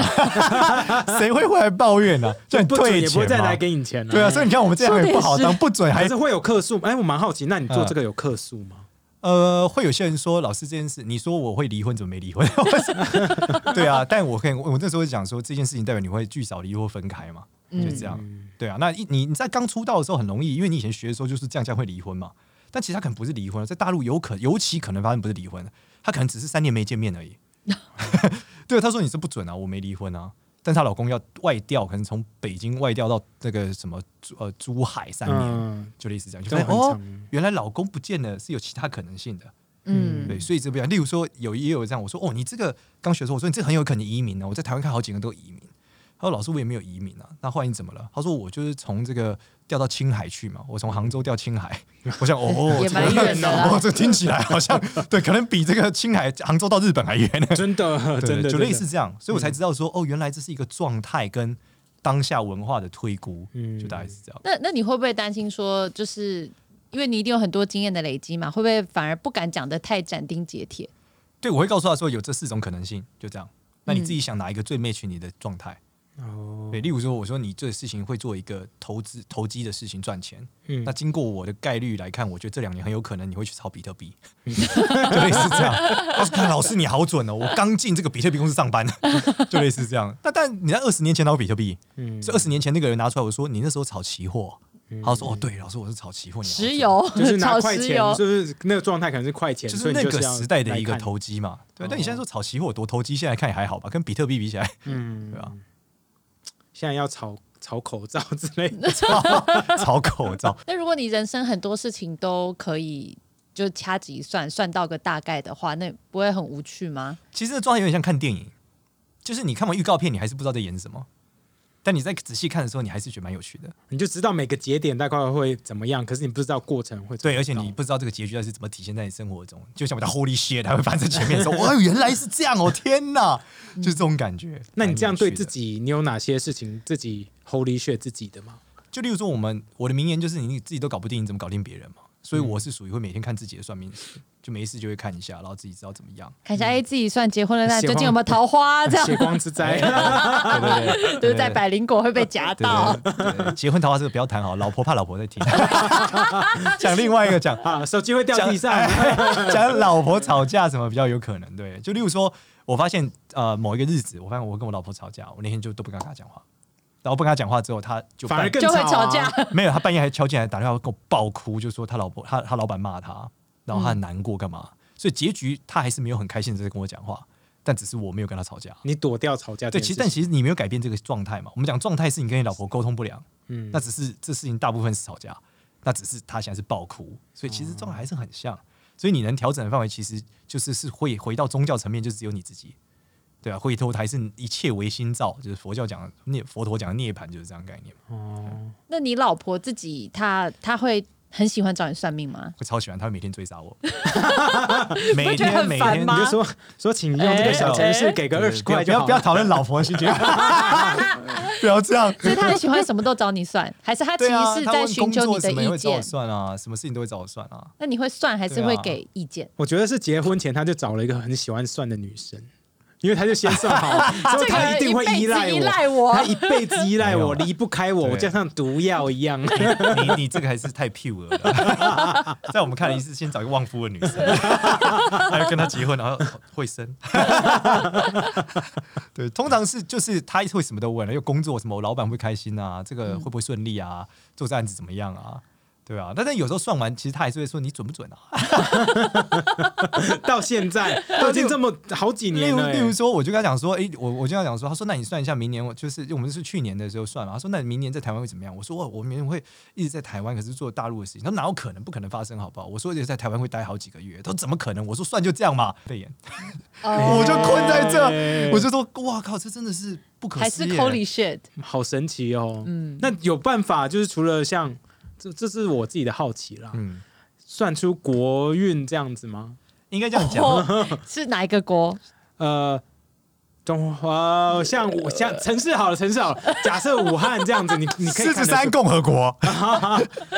谁会回来抱怨呢、啊就很
不准
退
也不会
钱
再
嘛
来。给你钱了。
对啊，所以你看我们这样也不好当，不准还嗯
还是会有客诉。哎，我蛮好奇，那你做这个有客诉吗？
呃，会有些人说，老师这件事，你说我会离婚，怎么没离婚？ 我是对啊，但我可以，我那时候讲说，这件事情代表你会聚少离或分开嘛，就这样。对啊，那一你你在刚出道的时候很容易，因为你以前学的时候就是这样，这样会离婚嘛。但其实他可能不是离婚，在大陆有可尤其可能发生不是离婚，他可能只是三年没见面而已。 对，她说你是不准啊，我没离婚啊。但她老公要外调，可能从北京外调到那个什么珠呃珠海三年，
嗯，
就类似这样，就
这
发
种
现
很
哦
长，，
原来老公不见了是有其他可能性的。
嗯，
对，所以这不一样。例如说，有也有这样，我说哦，你这个刚学的时候，我说你这个很有可能移民呢、我在台湾看好几个人都移民。他说老师，我也没有移民啊。那后来你怎么了？他说我就是从这个调到青海去嘛，我从杭州调青海。 我想哦，
也蛮远的啦
哦，这听起来好像 对，可能比这个青海杭州到日本 还远呢。
真的，
对
真的，
就
真的嗯
类似，这样，所以我才知道说、哦，原来这是一个状态跟当下文化的推估，
嗯
就大概是这样。
那那你会不会担心说，就是因为你一定有很多经验的累积嘛，会不会反而不敢讲的太斩钉截铁？
对，我会告诉他说有这四种可能性，就这样。那你自己想哪一个最 match 你的状态？
哦，
对，例如说，我说你这事情会做一个投资投机的事情赚钱，
嗯
那经过我的概率来看，我觉得这两年很有可能你会去炒比特币， 就类似这样。他说：“看老师你好准哦，我刚进这个比特币公司上班，就类似这样。”那但你在二十年前炒比特币，
嗯
所以二十年前那个人拿出来，我说你那时候炒期货，他说：“哦，对，老师我是炒期货，你好准哦
石 油
就是拿
炒
快
石
钱
油，，
就是那个状态可能是快钱，
就
所
是
以你
那个
要
时代的一个
来看，
投机嘛。”对，但
哦
你现在说炒期货多投机，现在看也还好吧，跟比特币比起来，
嗯
对吧？
现在要炒炒口罩之类的，
炒口罩。
那如果你人生很多事情都可以就掐指一算，算到个大概的话，那不会很无趣吗？
其实这状态有点像看电影，就是你看完预告片，你还是不知道在演什么，但你在仔细看的时候，你还是觉得蛮有趣的。
你就知道每个节点大概会怎么样，可是你不知道过程会怎么
对，
样
而且你不知道这个结局到底是怎么体现在你生活中，就像我的 Holy shit，它会发生在前面的 时候，哇，原来是这样哦，天哪，就是这种感觉。
那你这样
蛮有
对
趣的
自，己，你有哪些事情自己 holy shit 自己的吗？
就例如说我们我的名言就是你自己都搞不定，你怎么搞定别人嘛？所
嗯
以我是属于会每天看自己的算命师，就没事就会看一下，然后自己知道怎么样。
看一下，哎，自己算结婚了，那
血
究
光
竟有没有桃 花？ 这样
血光之 灾，
哎对对对，
就是在百灵果会被夹
对
到。
对对对对结婚桃花这个不要谈好，老婆怕老婆 在听。 讲另外一个讲，
啊，手机会掉地上，
哎讲老婆吵架什么比较有可能？对，就例如说，我发现呃某一个日子，我发现我跟我老婆吵架，我那天就都不跟她讲话，然后不跟她讲话之后，她就
反
半
而更
就会
啊
吵架。
没有，她半夜还敲进来打电话跟我爆哭，就说她老婆她她老板骂她，然后她很难过干嘛？所以结局她还是没有很开心的在跟我讲话，但只是我没有跟她吵架。
你躲掉吵架这件
啊对，其
事
实
情。
但其实你没有改变这个状态嘛。我们讲状态是你跟你老婆沟通不良，
嗯
那只是这事情大部分是吵架，那只是他现在是爆哭，所以其实状态还是很像。所以你能调整的范围其实就是是会回到宗教层面，就只有你自己，对啊，回头还是一切唯心造，就是佛教讲的涅佛陀讲的涅槃就是这样的概念嘛。
哦，
那你老婆自己，她她会很喜欢找你算命 吗？
我超喜欢他每天追杀我，每
会觉得
天
很
每
烦
天
吗
你就说说，请用这个小程
哎
序给个二十块
不
就
要
好
不要
了。
讨论老婆的事情，不要这样。
所以她很喜欢什么都找你算，还是她其
对啊，
实是
他
在
问
寻
工
求
作
你的
什么也
意
会找我
见？
算啊，什么事情都会找我算啊。
那你会算还是
对啊
会给意见？
我觉得是结婚前他就找了一个很喜欢算的女生，因为他就先算 好，所以
啊
他定会依赖
依
我，
赖我
他。一辈子依赖我，
没有啊
离不开我，
对
我就像毒药一 样。
你你你这个还是太 pure 了， 在我们看来是先找一个旺夫的女生， 还要跟她结婚，然后会生。 对，通常是就是他会什么都问了，又工作什么，我老板会开心啊，这
嗯
个会不会顺利啊，做这案子怎么样啊？对啊，但是有时候算完，其实他还是会说你准不准啊？
到现 在都已经这么好几
例
年
如，
了
例如
欸，
说，我就跟他讲说，诶，我我就跟他讲说，他说那你算一下明年，我就是我们是去年的时候算嘛，他说那你明年在台湾会怎么样？我说我我明年会一直在台湾，可是做大陆的事情，他说哪有可能，不可能发生，好不好？我说而且在台湾会待好几个月，他说怎么可能？我说算就这样嘛，肺炎， 我就困在这，我就说哇靠，这真的是不可
哦还
思
是
议。
Holy shit，
好神奇哦。
嗯，
那有办法，就是除了像这，这是我自己的好奇啦，
嗯，
算出国运这样子吗？
应该这样讲，
哦是哪一个国？
呃，中华、呃像我像城市好了，城市好了，假设武汉这样子，你你 可以
四
看
十
得出
三共 和国、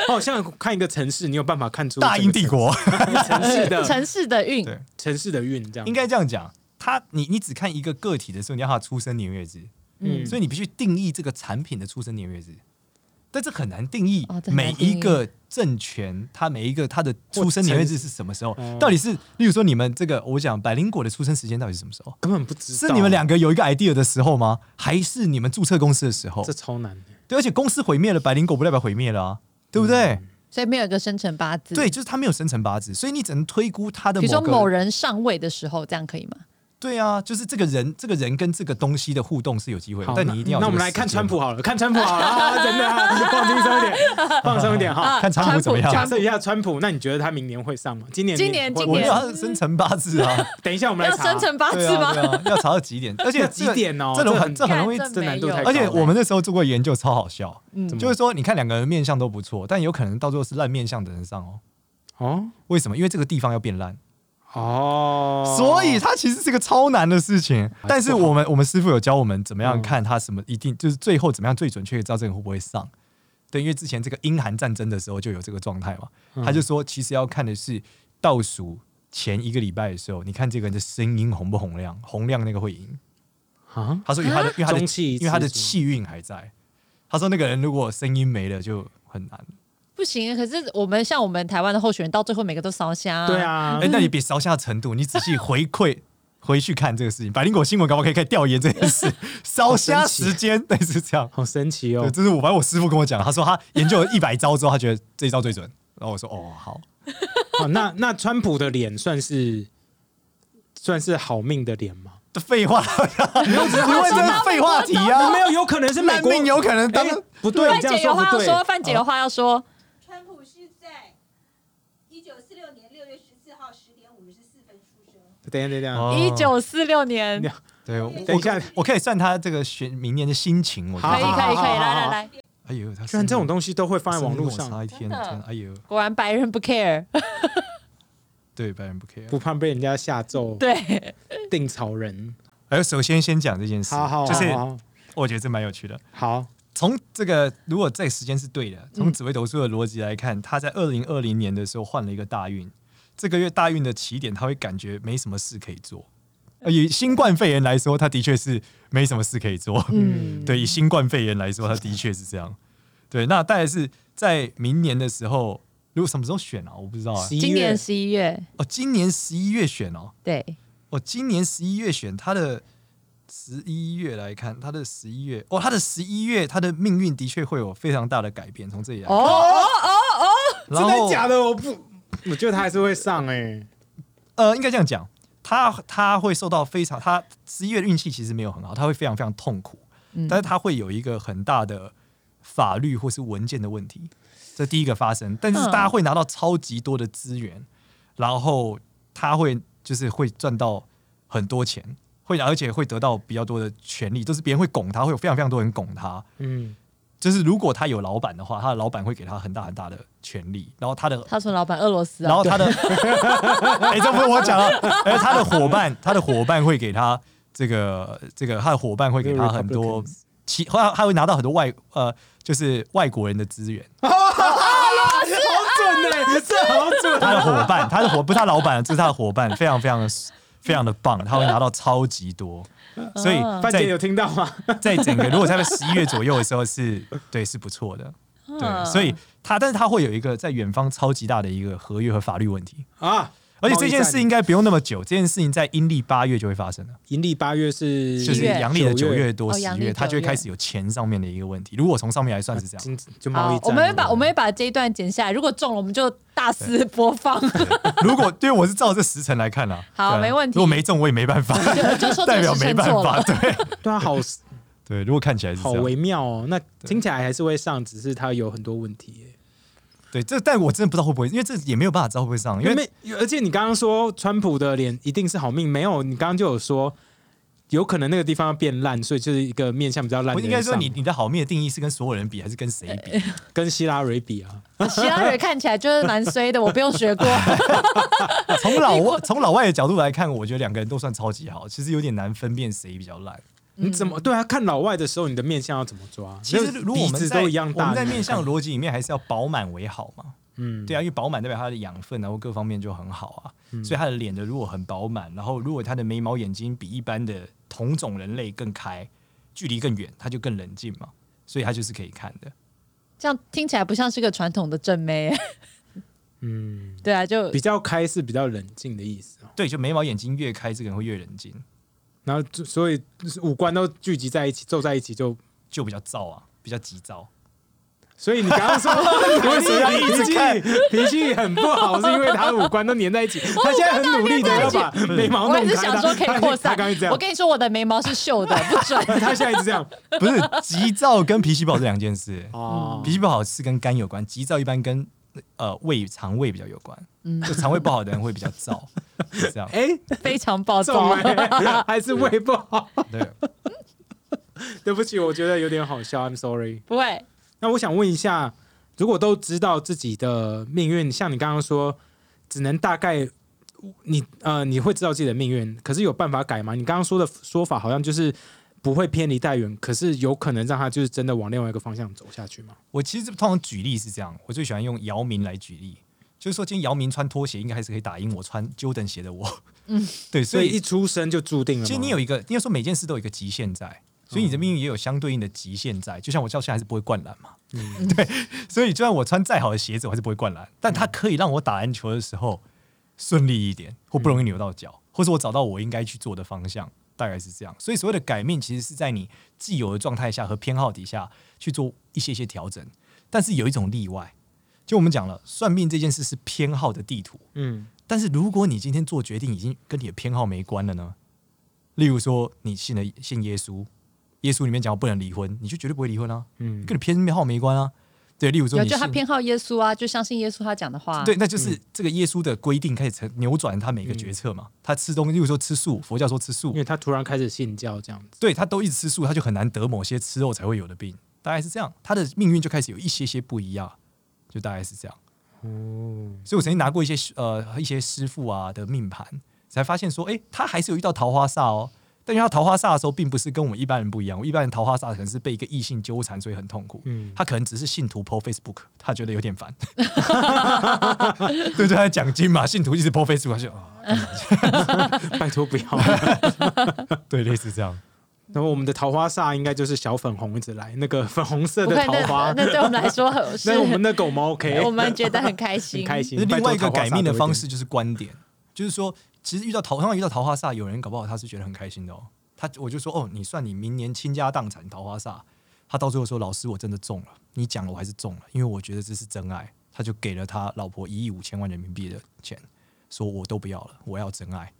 哦，像看一个城市，你有办法看出
大
整
英
个
帝国，
城市的
城市的运
对
城市的运这样。
嗯应该这样讲。他你你只看一个个体的时候，你要他出生年月日，
嗯
所以你必须定义这个产品的出生年月日，但这很难定义
哦这很
每
难定义
一个政权它每一个它的出生年月日是什么时候
或者，
到底是例如说你们这个我讲百灵果的出生时间到底是什么时候？
根本不知道，
是你们两个有一个 idea 的时候吗？还是你们注册公司的时候
这？超难的。
对，而且公司毁灭了，百灵果不代表毁灭了啊，对不对？
所以没有一个生辰八字。
对，，就是它没有生辰八字，所以你只能推估它的
比如说
个
某人上位的时候，这样可以吗？
对啊，就是这个人，这个人跟这个东西的互动是有机会的
好，，
但
那
你一定要有
那我们
这个
来看
时间
川
啊嘛
普好了，看川普好了，啊真的啊放轻松一点，放 松一点
啊
哈。
看川普怎么样
假设一下川普，那你觉得他明年会上吗？今年
今年
你会
今
我没
年
有他的生辰八字啊，
等一下我们
要
来查
生辰嗯八
对
字
啊，
吗？
对啊，要查到 几点？而且
要几点哦
这种
这
很
很
这很容易
看这嗯
这难度
没有
太高
而
了，
且我们那时候做过研究，超好笑，
怎么
就是说你看两个人面相都不错，但有可能到最后是烂面相的人上哦。
哦
为什么？因为这个地方要变烂，
哦，哎
所以它其实是个超难的事情。但是我们我们师傅有教我们怎么样
嗯
看它什么一定就是最后怎么样最准确地知道这个会不会上。对，因为之前这个英韩战争的时候就有这个状态嘛，
嗯
他就说其实要看的是倒数前一个礼拜的时候，你看这个人的声音洪不洪亮，洪亮那个会赢。
啊，
他说因为他的因为他
中
的
气
因为他的
自足
气运还在。他说那个人如果声音没了就很难。
不行，啊可是我们像我们台湾的候选人，到最后每个都烧香。
对，啊
哎、，那你别烧下程度，你仔细回馈回去看这个事情。百灵果新闻搞不好可以开始调研这件 事，烧虾时间对是这样。
好神奇
对，
啊哦，
这是我反正我师傅跟我讲，他说他研究了一百招之后，他觉得这一招最准。然后我说哦好，
好那那川普的脸算是算是好命的脸吗？
这废话，你 问这是废话题啊，
没有，有可能是美
烂
国
命有可能当
哎不对，
范
这
姐
样
有
说
话
不
要
对。
说，范姐有话要说。
川普是在一九四六年六月十四号十点五十四分出生。
等哎一下，等一下，
哦
一九四六年，
你
对，我
等一下
我我可以算他这个选明年的心情，我觉
好
可以可
得
好
以可以，来
好好
来来，
哎呦，他
居然这种
西
东西都会放在网络上，
差一天，
真的
天哎呦，
果然白人不 care，
对，白人不 care。
不怕被人家下咒
对，
定草人。
而哎首先先讲这件事，
好好，
就是
好
我觉得这蛮有趣的。
好，
从这个，如果这个时间是对
嗯
的，从紫微斗数的逻辑来看，他在二零二零年的时候换了一个大运，这个月大运的起点，他会感觉没什么事可以做。呃以新冠肺炎来说，他的确是没什么事可以做。
嗯，
对，以新冠肺炎来说，他的确是这样。对，那大概是在明年的时候，如果什么时候选啊？我不知道啊。
十一
今年
月
十一月，
哦，今年十一月选哦。
对，
哦，今年十一月选他的十一月来看，他的十一月哦，他的十一月，他的命运的确会有非常大的改变。从这里来看，
哦，
然
真
后
的假的？我不，我觉得他还是会上哎、
呃，应该这样讲，他他会受到非常，他十一月的运气其实没有很好，他会非常非常痛苦，但是他会有一个很大的法律或是文件的问题，这第一个发生，但是
嗯
大家会拿到超级多的资源，然后他会就是会赚到很多钱，会而且会得到比较多的权利，都是别人会拱他，会有非常非常多人拱他，
嗯，
就是如果他有老板的话，他的老板会给他很大很大的权利，然后他的
他说老板俄罗斯
然
啊
后，他的， 哎、这不是我讲了，哎，他的伙伴，他的伙伴会给他这个这个，他的伙伴会给他很多
Republicans
其，他他会拿到很多外呃，就是外国人的资源。
啊
好准哎、 这
啊
好准
他的伙伴，他的伙不是他老板，啊这是他的伙伴，非常非常的非常的棒，他会拿到超级多。所以
嗯
范姐有
在
听到吗？
在整个如果在十一月左右的时候是对是不错的，对，
嗯
所以他但是他会有一个在远方超级大的一个合约和法律问题。
啊，
而且这件事应
贸易
该不用那么久，这件事情在阴历八月就会发生了，
战盈利八月是
就是阳历的九月多
哦
十
阳历
月，它就会
九月
开始有钱上面的一个问题。如果从上面来算是这样，
经就贸易
好
战，，
我们会把我们会把这一段剪下来，如果中了，我们就大肆播 放，
如果对我是照这时辰来看啦，
好
对啊
没问题
如果没中我也没办法，
就就说这
代
个
表
事
没
情
办
错
法，
了，
对
对啊，好
对。如果看起来是
好
这
微
样，
妙哦。那听起来还是会上，只是它有很多问题、欸。
对这，但我真的不知道会不会，因为这也没有办法知道会不会上，因
因
为
为而且你刚刚说川普的脸一定是好命，没有，你刚刚就有说。有可能那个地方要变烂，所以就是一个面相比较烂
我
的人上。
应该说你你的好命的定义是跟所有人比还是跟谁
呃
比？
跟希拉蕊比啊，
其他人看起来就是蛮衰的，我不用学过，
从老外从老外的角度来看，我觉得两个人都算超级好，其实有点难分辨谁比较烂。
你怎么对啊？看老外的时候，你的面相要怎么抓？
其实
就是
如果我
鼻
们
子
在
都一样
我
大，
们在面
相，
向逻辑里面还是要饱满为好嘛。
嗯，
对啊，因为饱满代表它的养分，然啊后各方面就很好啊。所以他的脸的如果很饱满，然后如果他的眉毛眼睛比一般的同种人类更开，距离更远，他就更冷静嘛。所以他就是可以看的。
这样听起来不像是个传统的正妹，
嗯，
对啊，就
比较开是比较冷静的意思哦。
对，就眉毛眼睛越开，这个人会越冷静，
然后就所以就是五官都聚集在一起，皱在一起就
就比较躁啊，比较急躁。
所以你刚刚说你为什么要一直
看
脾气很不好，是因为他的五官都粘在一起。他现在很努力的要把眉毛
我也
弄
是
开。
想说可
他
以扩
他
散
他刚刚一直这。
我
样，
跟你说，我的眉毛是秀的，不准。
他现在一直这样。
不是急躁跟脾气不好这两件事。
哦，
脾气不好是跟肝有关，急躁一般跟呃胃肠胃比较有关。就肠胃不好的人会比较躁，是这样。
哎，
非常暴
中
躁。
哎， 还是胃不好。
对，
对不起，我觉得有点好笑，I'm sorry。
不会，
那我想问一下，如果都知道自己的命运，像你刚刚说，只能大概你呃你会知道自己的命运，可是有办法改吗？你刚刚说的说法好像就是不会偏离太远，可是有可能让他就是真的往另外一个方向走下去吗？
我其实通常举例是这样，我最喜欢用姚明来举例，就是说今天姚明穿拖鞋应该还是可以打赢我穿 Jordan 鞋的我。嗯， 对，
所
所
以一
以
出生就注定了吗。
其实你有一个，应该说每件事都有一个极限在。所以你的命运也有相对应的极限
嗯
在，就像我到现在还是不会灌篮嘛，对，所以就算我穿再好的鞋子，我还是不会灌篮，但它可以让我打篮球的时候顺利一点，或不容易扭到脚，或是我找到我应该去做的方向，大概是这样。所以所谓的改命，其实是在你既有的状态下和偏好底下去做一些些调整。但是有一种例外，就我们讲了，算命这件事是偏好的地图。
嗯，
但是如果你今天做决定已经跟你的偏好没关了呢？例如说你信了信耶稣，耶稣里面讲我不能离婚，你就绝对不会离婚啊，
嗯
跟你偏好没关啊。对，例如说
有
你
就他
信
偏啊好耶稣啊，就相信耶稣他讲的话。
对，，那就是这个耶稣的规定开始成扭转他每个决策嘛。他吃东西，例如说吃素，佛教说吃素
因，为他突然开始信教这样子。
对他都一直吃素，他就很难得某些吃肉才会有的病，大概是这样。他的命运就开始有一些些不一样，就大概是这样。
哦，
所以我曾经拿过一些呃一些师傅啊的命盘，才发现说，哎，他还是有遇到桃花煞哦。但因为他桃花煞的时候，并不是跟我们一般人不一样。我一般人桃花煞可能是被一个异性纠缠，所以很痛苦。
嗯，
他可能只是信徒 po Facebook，他觉得有点烦。 对，就他在讲经嘛，信徒一直 po Facebook，他就、啊
拜托 不要。
对，类似这样。
然后我们的桃花煞应该就是小粉红一直来，那个粉红色
不
的
会，
桃
那
花。
那对我们来说很 是
那我们 的狗猫 OK，
我们觉得很开
很
心，
开心。
另外一
拜托
个
桃花
改
煞
命的
多一
方
点
式就是观点，就是说，其实遇到桃，通常遇到桃花煞，有人搞不好他是觉得很开心的哦。他我就说，哦，你算你明年倾家荡产桃花煞，他到最后说，老师我真的中了，你讲了我还是中了，因为我觉得这是真爱，他就给了他老婆一亿五千万人民币的钱，说我都不要了，我要真爱。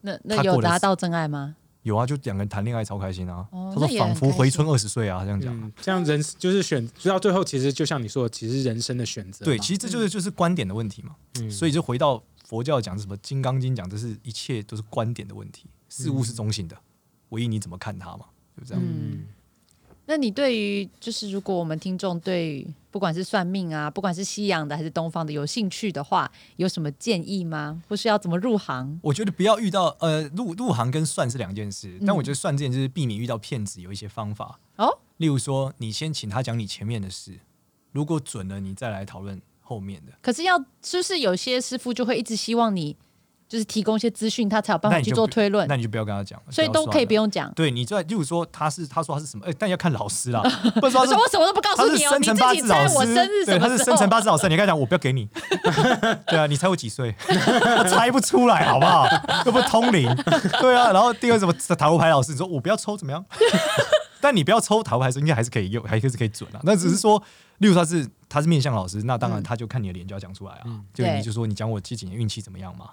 那那
他
有
过得
达
是
到真爱吗？
有啊，就两个人谈恋爱超开心啊。
哦
他
那
说
也很
仿佛回春二十岁啊，这样讲。
嗯，这样人就是选，到最后其实就像你说的，其实人生的选择嘛。
对，其实
嗯
这就是就是观点的问题嘛。
嗯
所以就回到佛教讲是什么《金刚经》讲，这是一切都是观点的问题，事
嗯
物是中性的，唯一你怎么看它嘛，就这样。
嗯，
那你对于就是如果我们听众对不管是算命啊，不管是西洋的还是东方的有兴趣的话，有什么建议吗？或是要怎么入行？
我觉得不要遇到呃入入行跟算是两件事，
嗯
但我觉得算这件事就是避免遇到骗子有一些方法，
哦，
例如说你先请他讲你前面的事，如果准了，你再来讨论后面的。
可是要就是有些师傅就会一直希望你就是提供一些资讯，他才有办
那
法
你
去
就
做
不
推论
那，你就不要跟他讲了，
所以
要
都
算
可以
了
不。用讲。
对你就例如说他是他说他是什么，哎、但要看老 师啦，不是说
我
他是
说我什么都不告
他
诉
是
你哦，
生
你
辰八
自己
字
猜
老
我
师，
生日
对，
什
他
么
是
时
生辰
候？
八字老师，你跟他讲我不要给你， 对啊，你猜我几岁？ 我猜不出来，好不好？又不通灵，对啊。然后第二什么塔罗牌老师，你说我不要抽怎么样？ 但你不要抽塔罗牌的时候，应该还是可以用，还是可以准啊。那只是说，例如他是他是面相老师，那当然他就看你的脸就要讲出来啊，就
嗯对
你就说你讲我这几年运气怎么样嘛。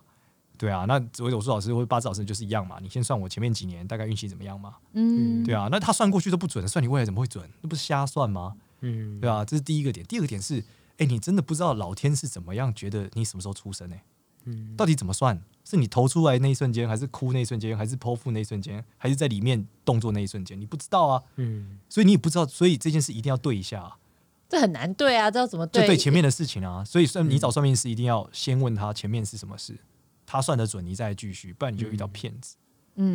对啊，那紫微斗数老师或者八字老师就是一样嘛，你先算我前面几年大概运气怎么样嘛，
嗯，
对啊，那他算过去都不准，算你未来怎么会准？那不是瞎算吗？嗯，对啊，这是第一个点。第二个点是，哎，你真的不知道老天是怎么样觉得你什么时候出生呢、嗯，到底怎么算？是你投出来那一瞬间，还是哭那一瞬间，还是剖腹那一瞬间，还是在里面动作那一瞬间？你不知道啊，
嗯，
所以你也不知道，所以这件事一定要对一下、啊，
这很难对啊，这要怎么
就
对？嗯
对前面的事情啊。所以算你找算命师，一定要先问他前面是什么事，他算得准，你再继续，不然你就遇到骗子。
嗯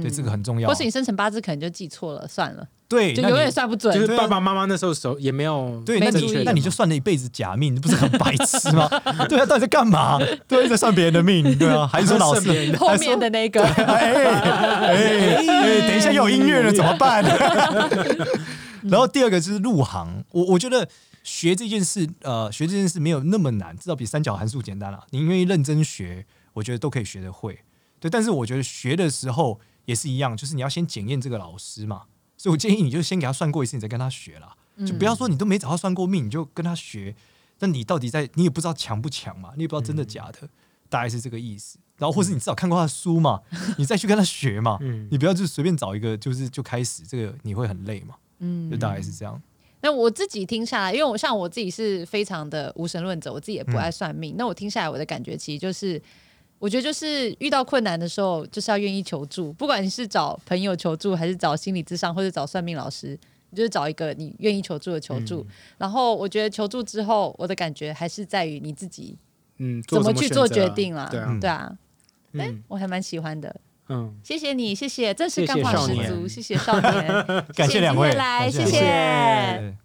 对，这个很重要啊。
或是你生辰八字可能就记错了，算了，
对，
就
那
永
你
远算不准。
就是
对啊
爸爸妈妈那时候手也没有
对，
没
那
注
你
意
那你就算了一辈子假命，你不是很白痴吗？ 对啊，到底在干嘛？对啊，一直在算别人的命，对啊，还是说老师
算别人？
后
还是说
面的那个，
哎哎哎，等一下又有音乐了，怎么办？ 然后第二个就是入行，我我觉得学这件事，呃，学这件事没有那么难，至少比三角函数简单了、你愿意认真学，我觉得都可以学得会。对，但是我觉得学的时候也是一样，就是你要先检验这个老师嘛。所以我建议你就先给他算过一次，你再跟他学啦。就不要说你都没找他算过命，你就跟他学，那你到底在你也不知道强不强嘛，你也不知道真的假的，大概是这个意思。然后或是你至少看过他的书嘛，你再去跟他学嘛，
嗯
你不要就随便找一个就是就开始，这个你会很累嘛，就
嗯，
大概是这样。
那我自己听下来，因为我像我自己是非常的无神论者，我自己也不爱算命。那我听下来，我的感觉其实就是，我觉得就是遇到困难的时候，就是要愿意求助，不管你是找朋友求助，还是找心理咨商，或者找算命老师，你就是找一个你愿意求助的求助。然后我觉得求助之后，我的感觉还是在于你自己
嗯，
怎
做
么
什
去
选
做
择
决
啊
定啦。
对啊，
对啊，
嗯
我还蛮喜欢的。
嗯，
谢谢你，谢谢，真
谢
是
谢
干话
少
十
年
足，谢谢少年，
感谢两位
今天来，
感谢
谢
谢
谢
谢
对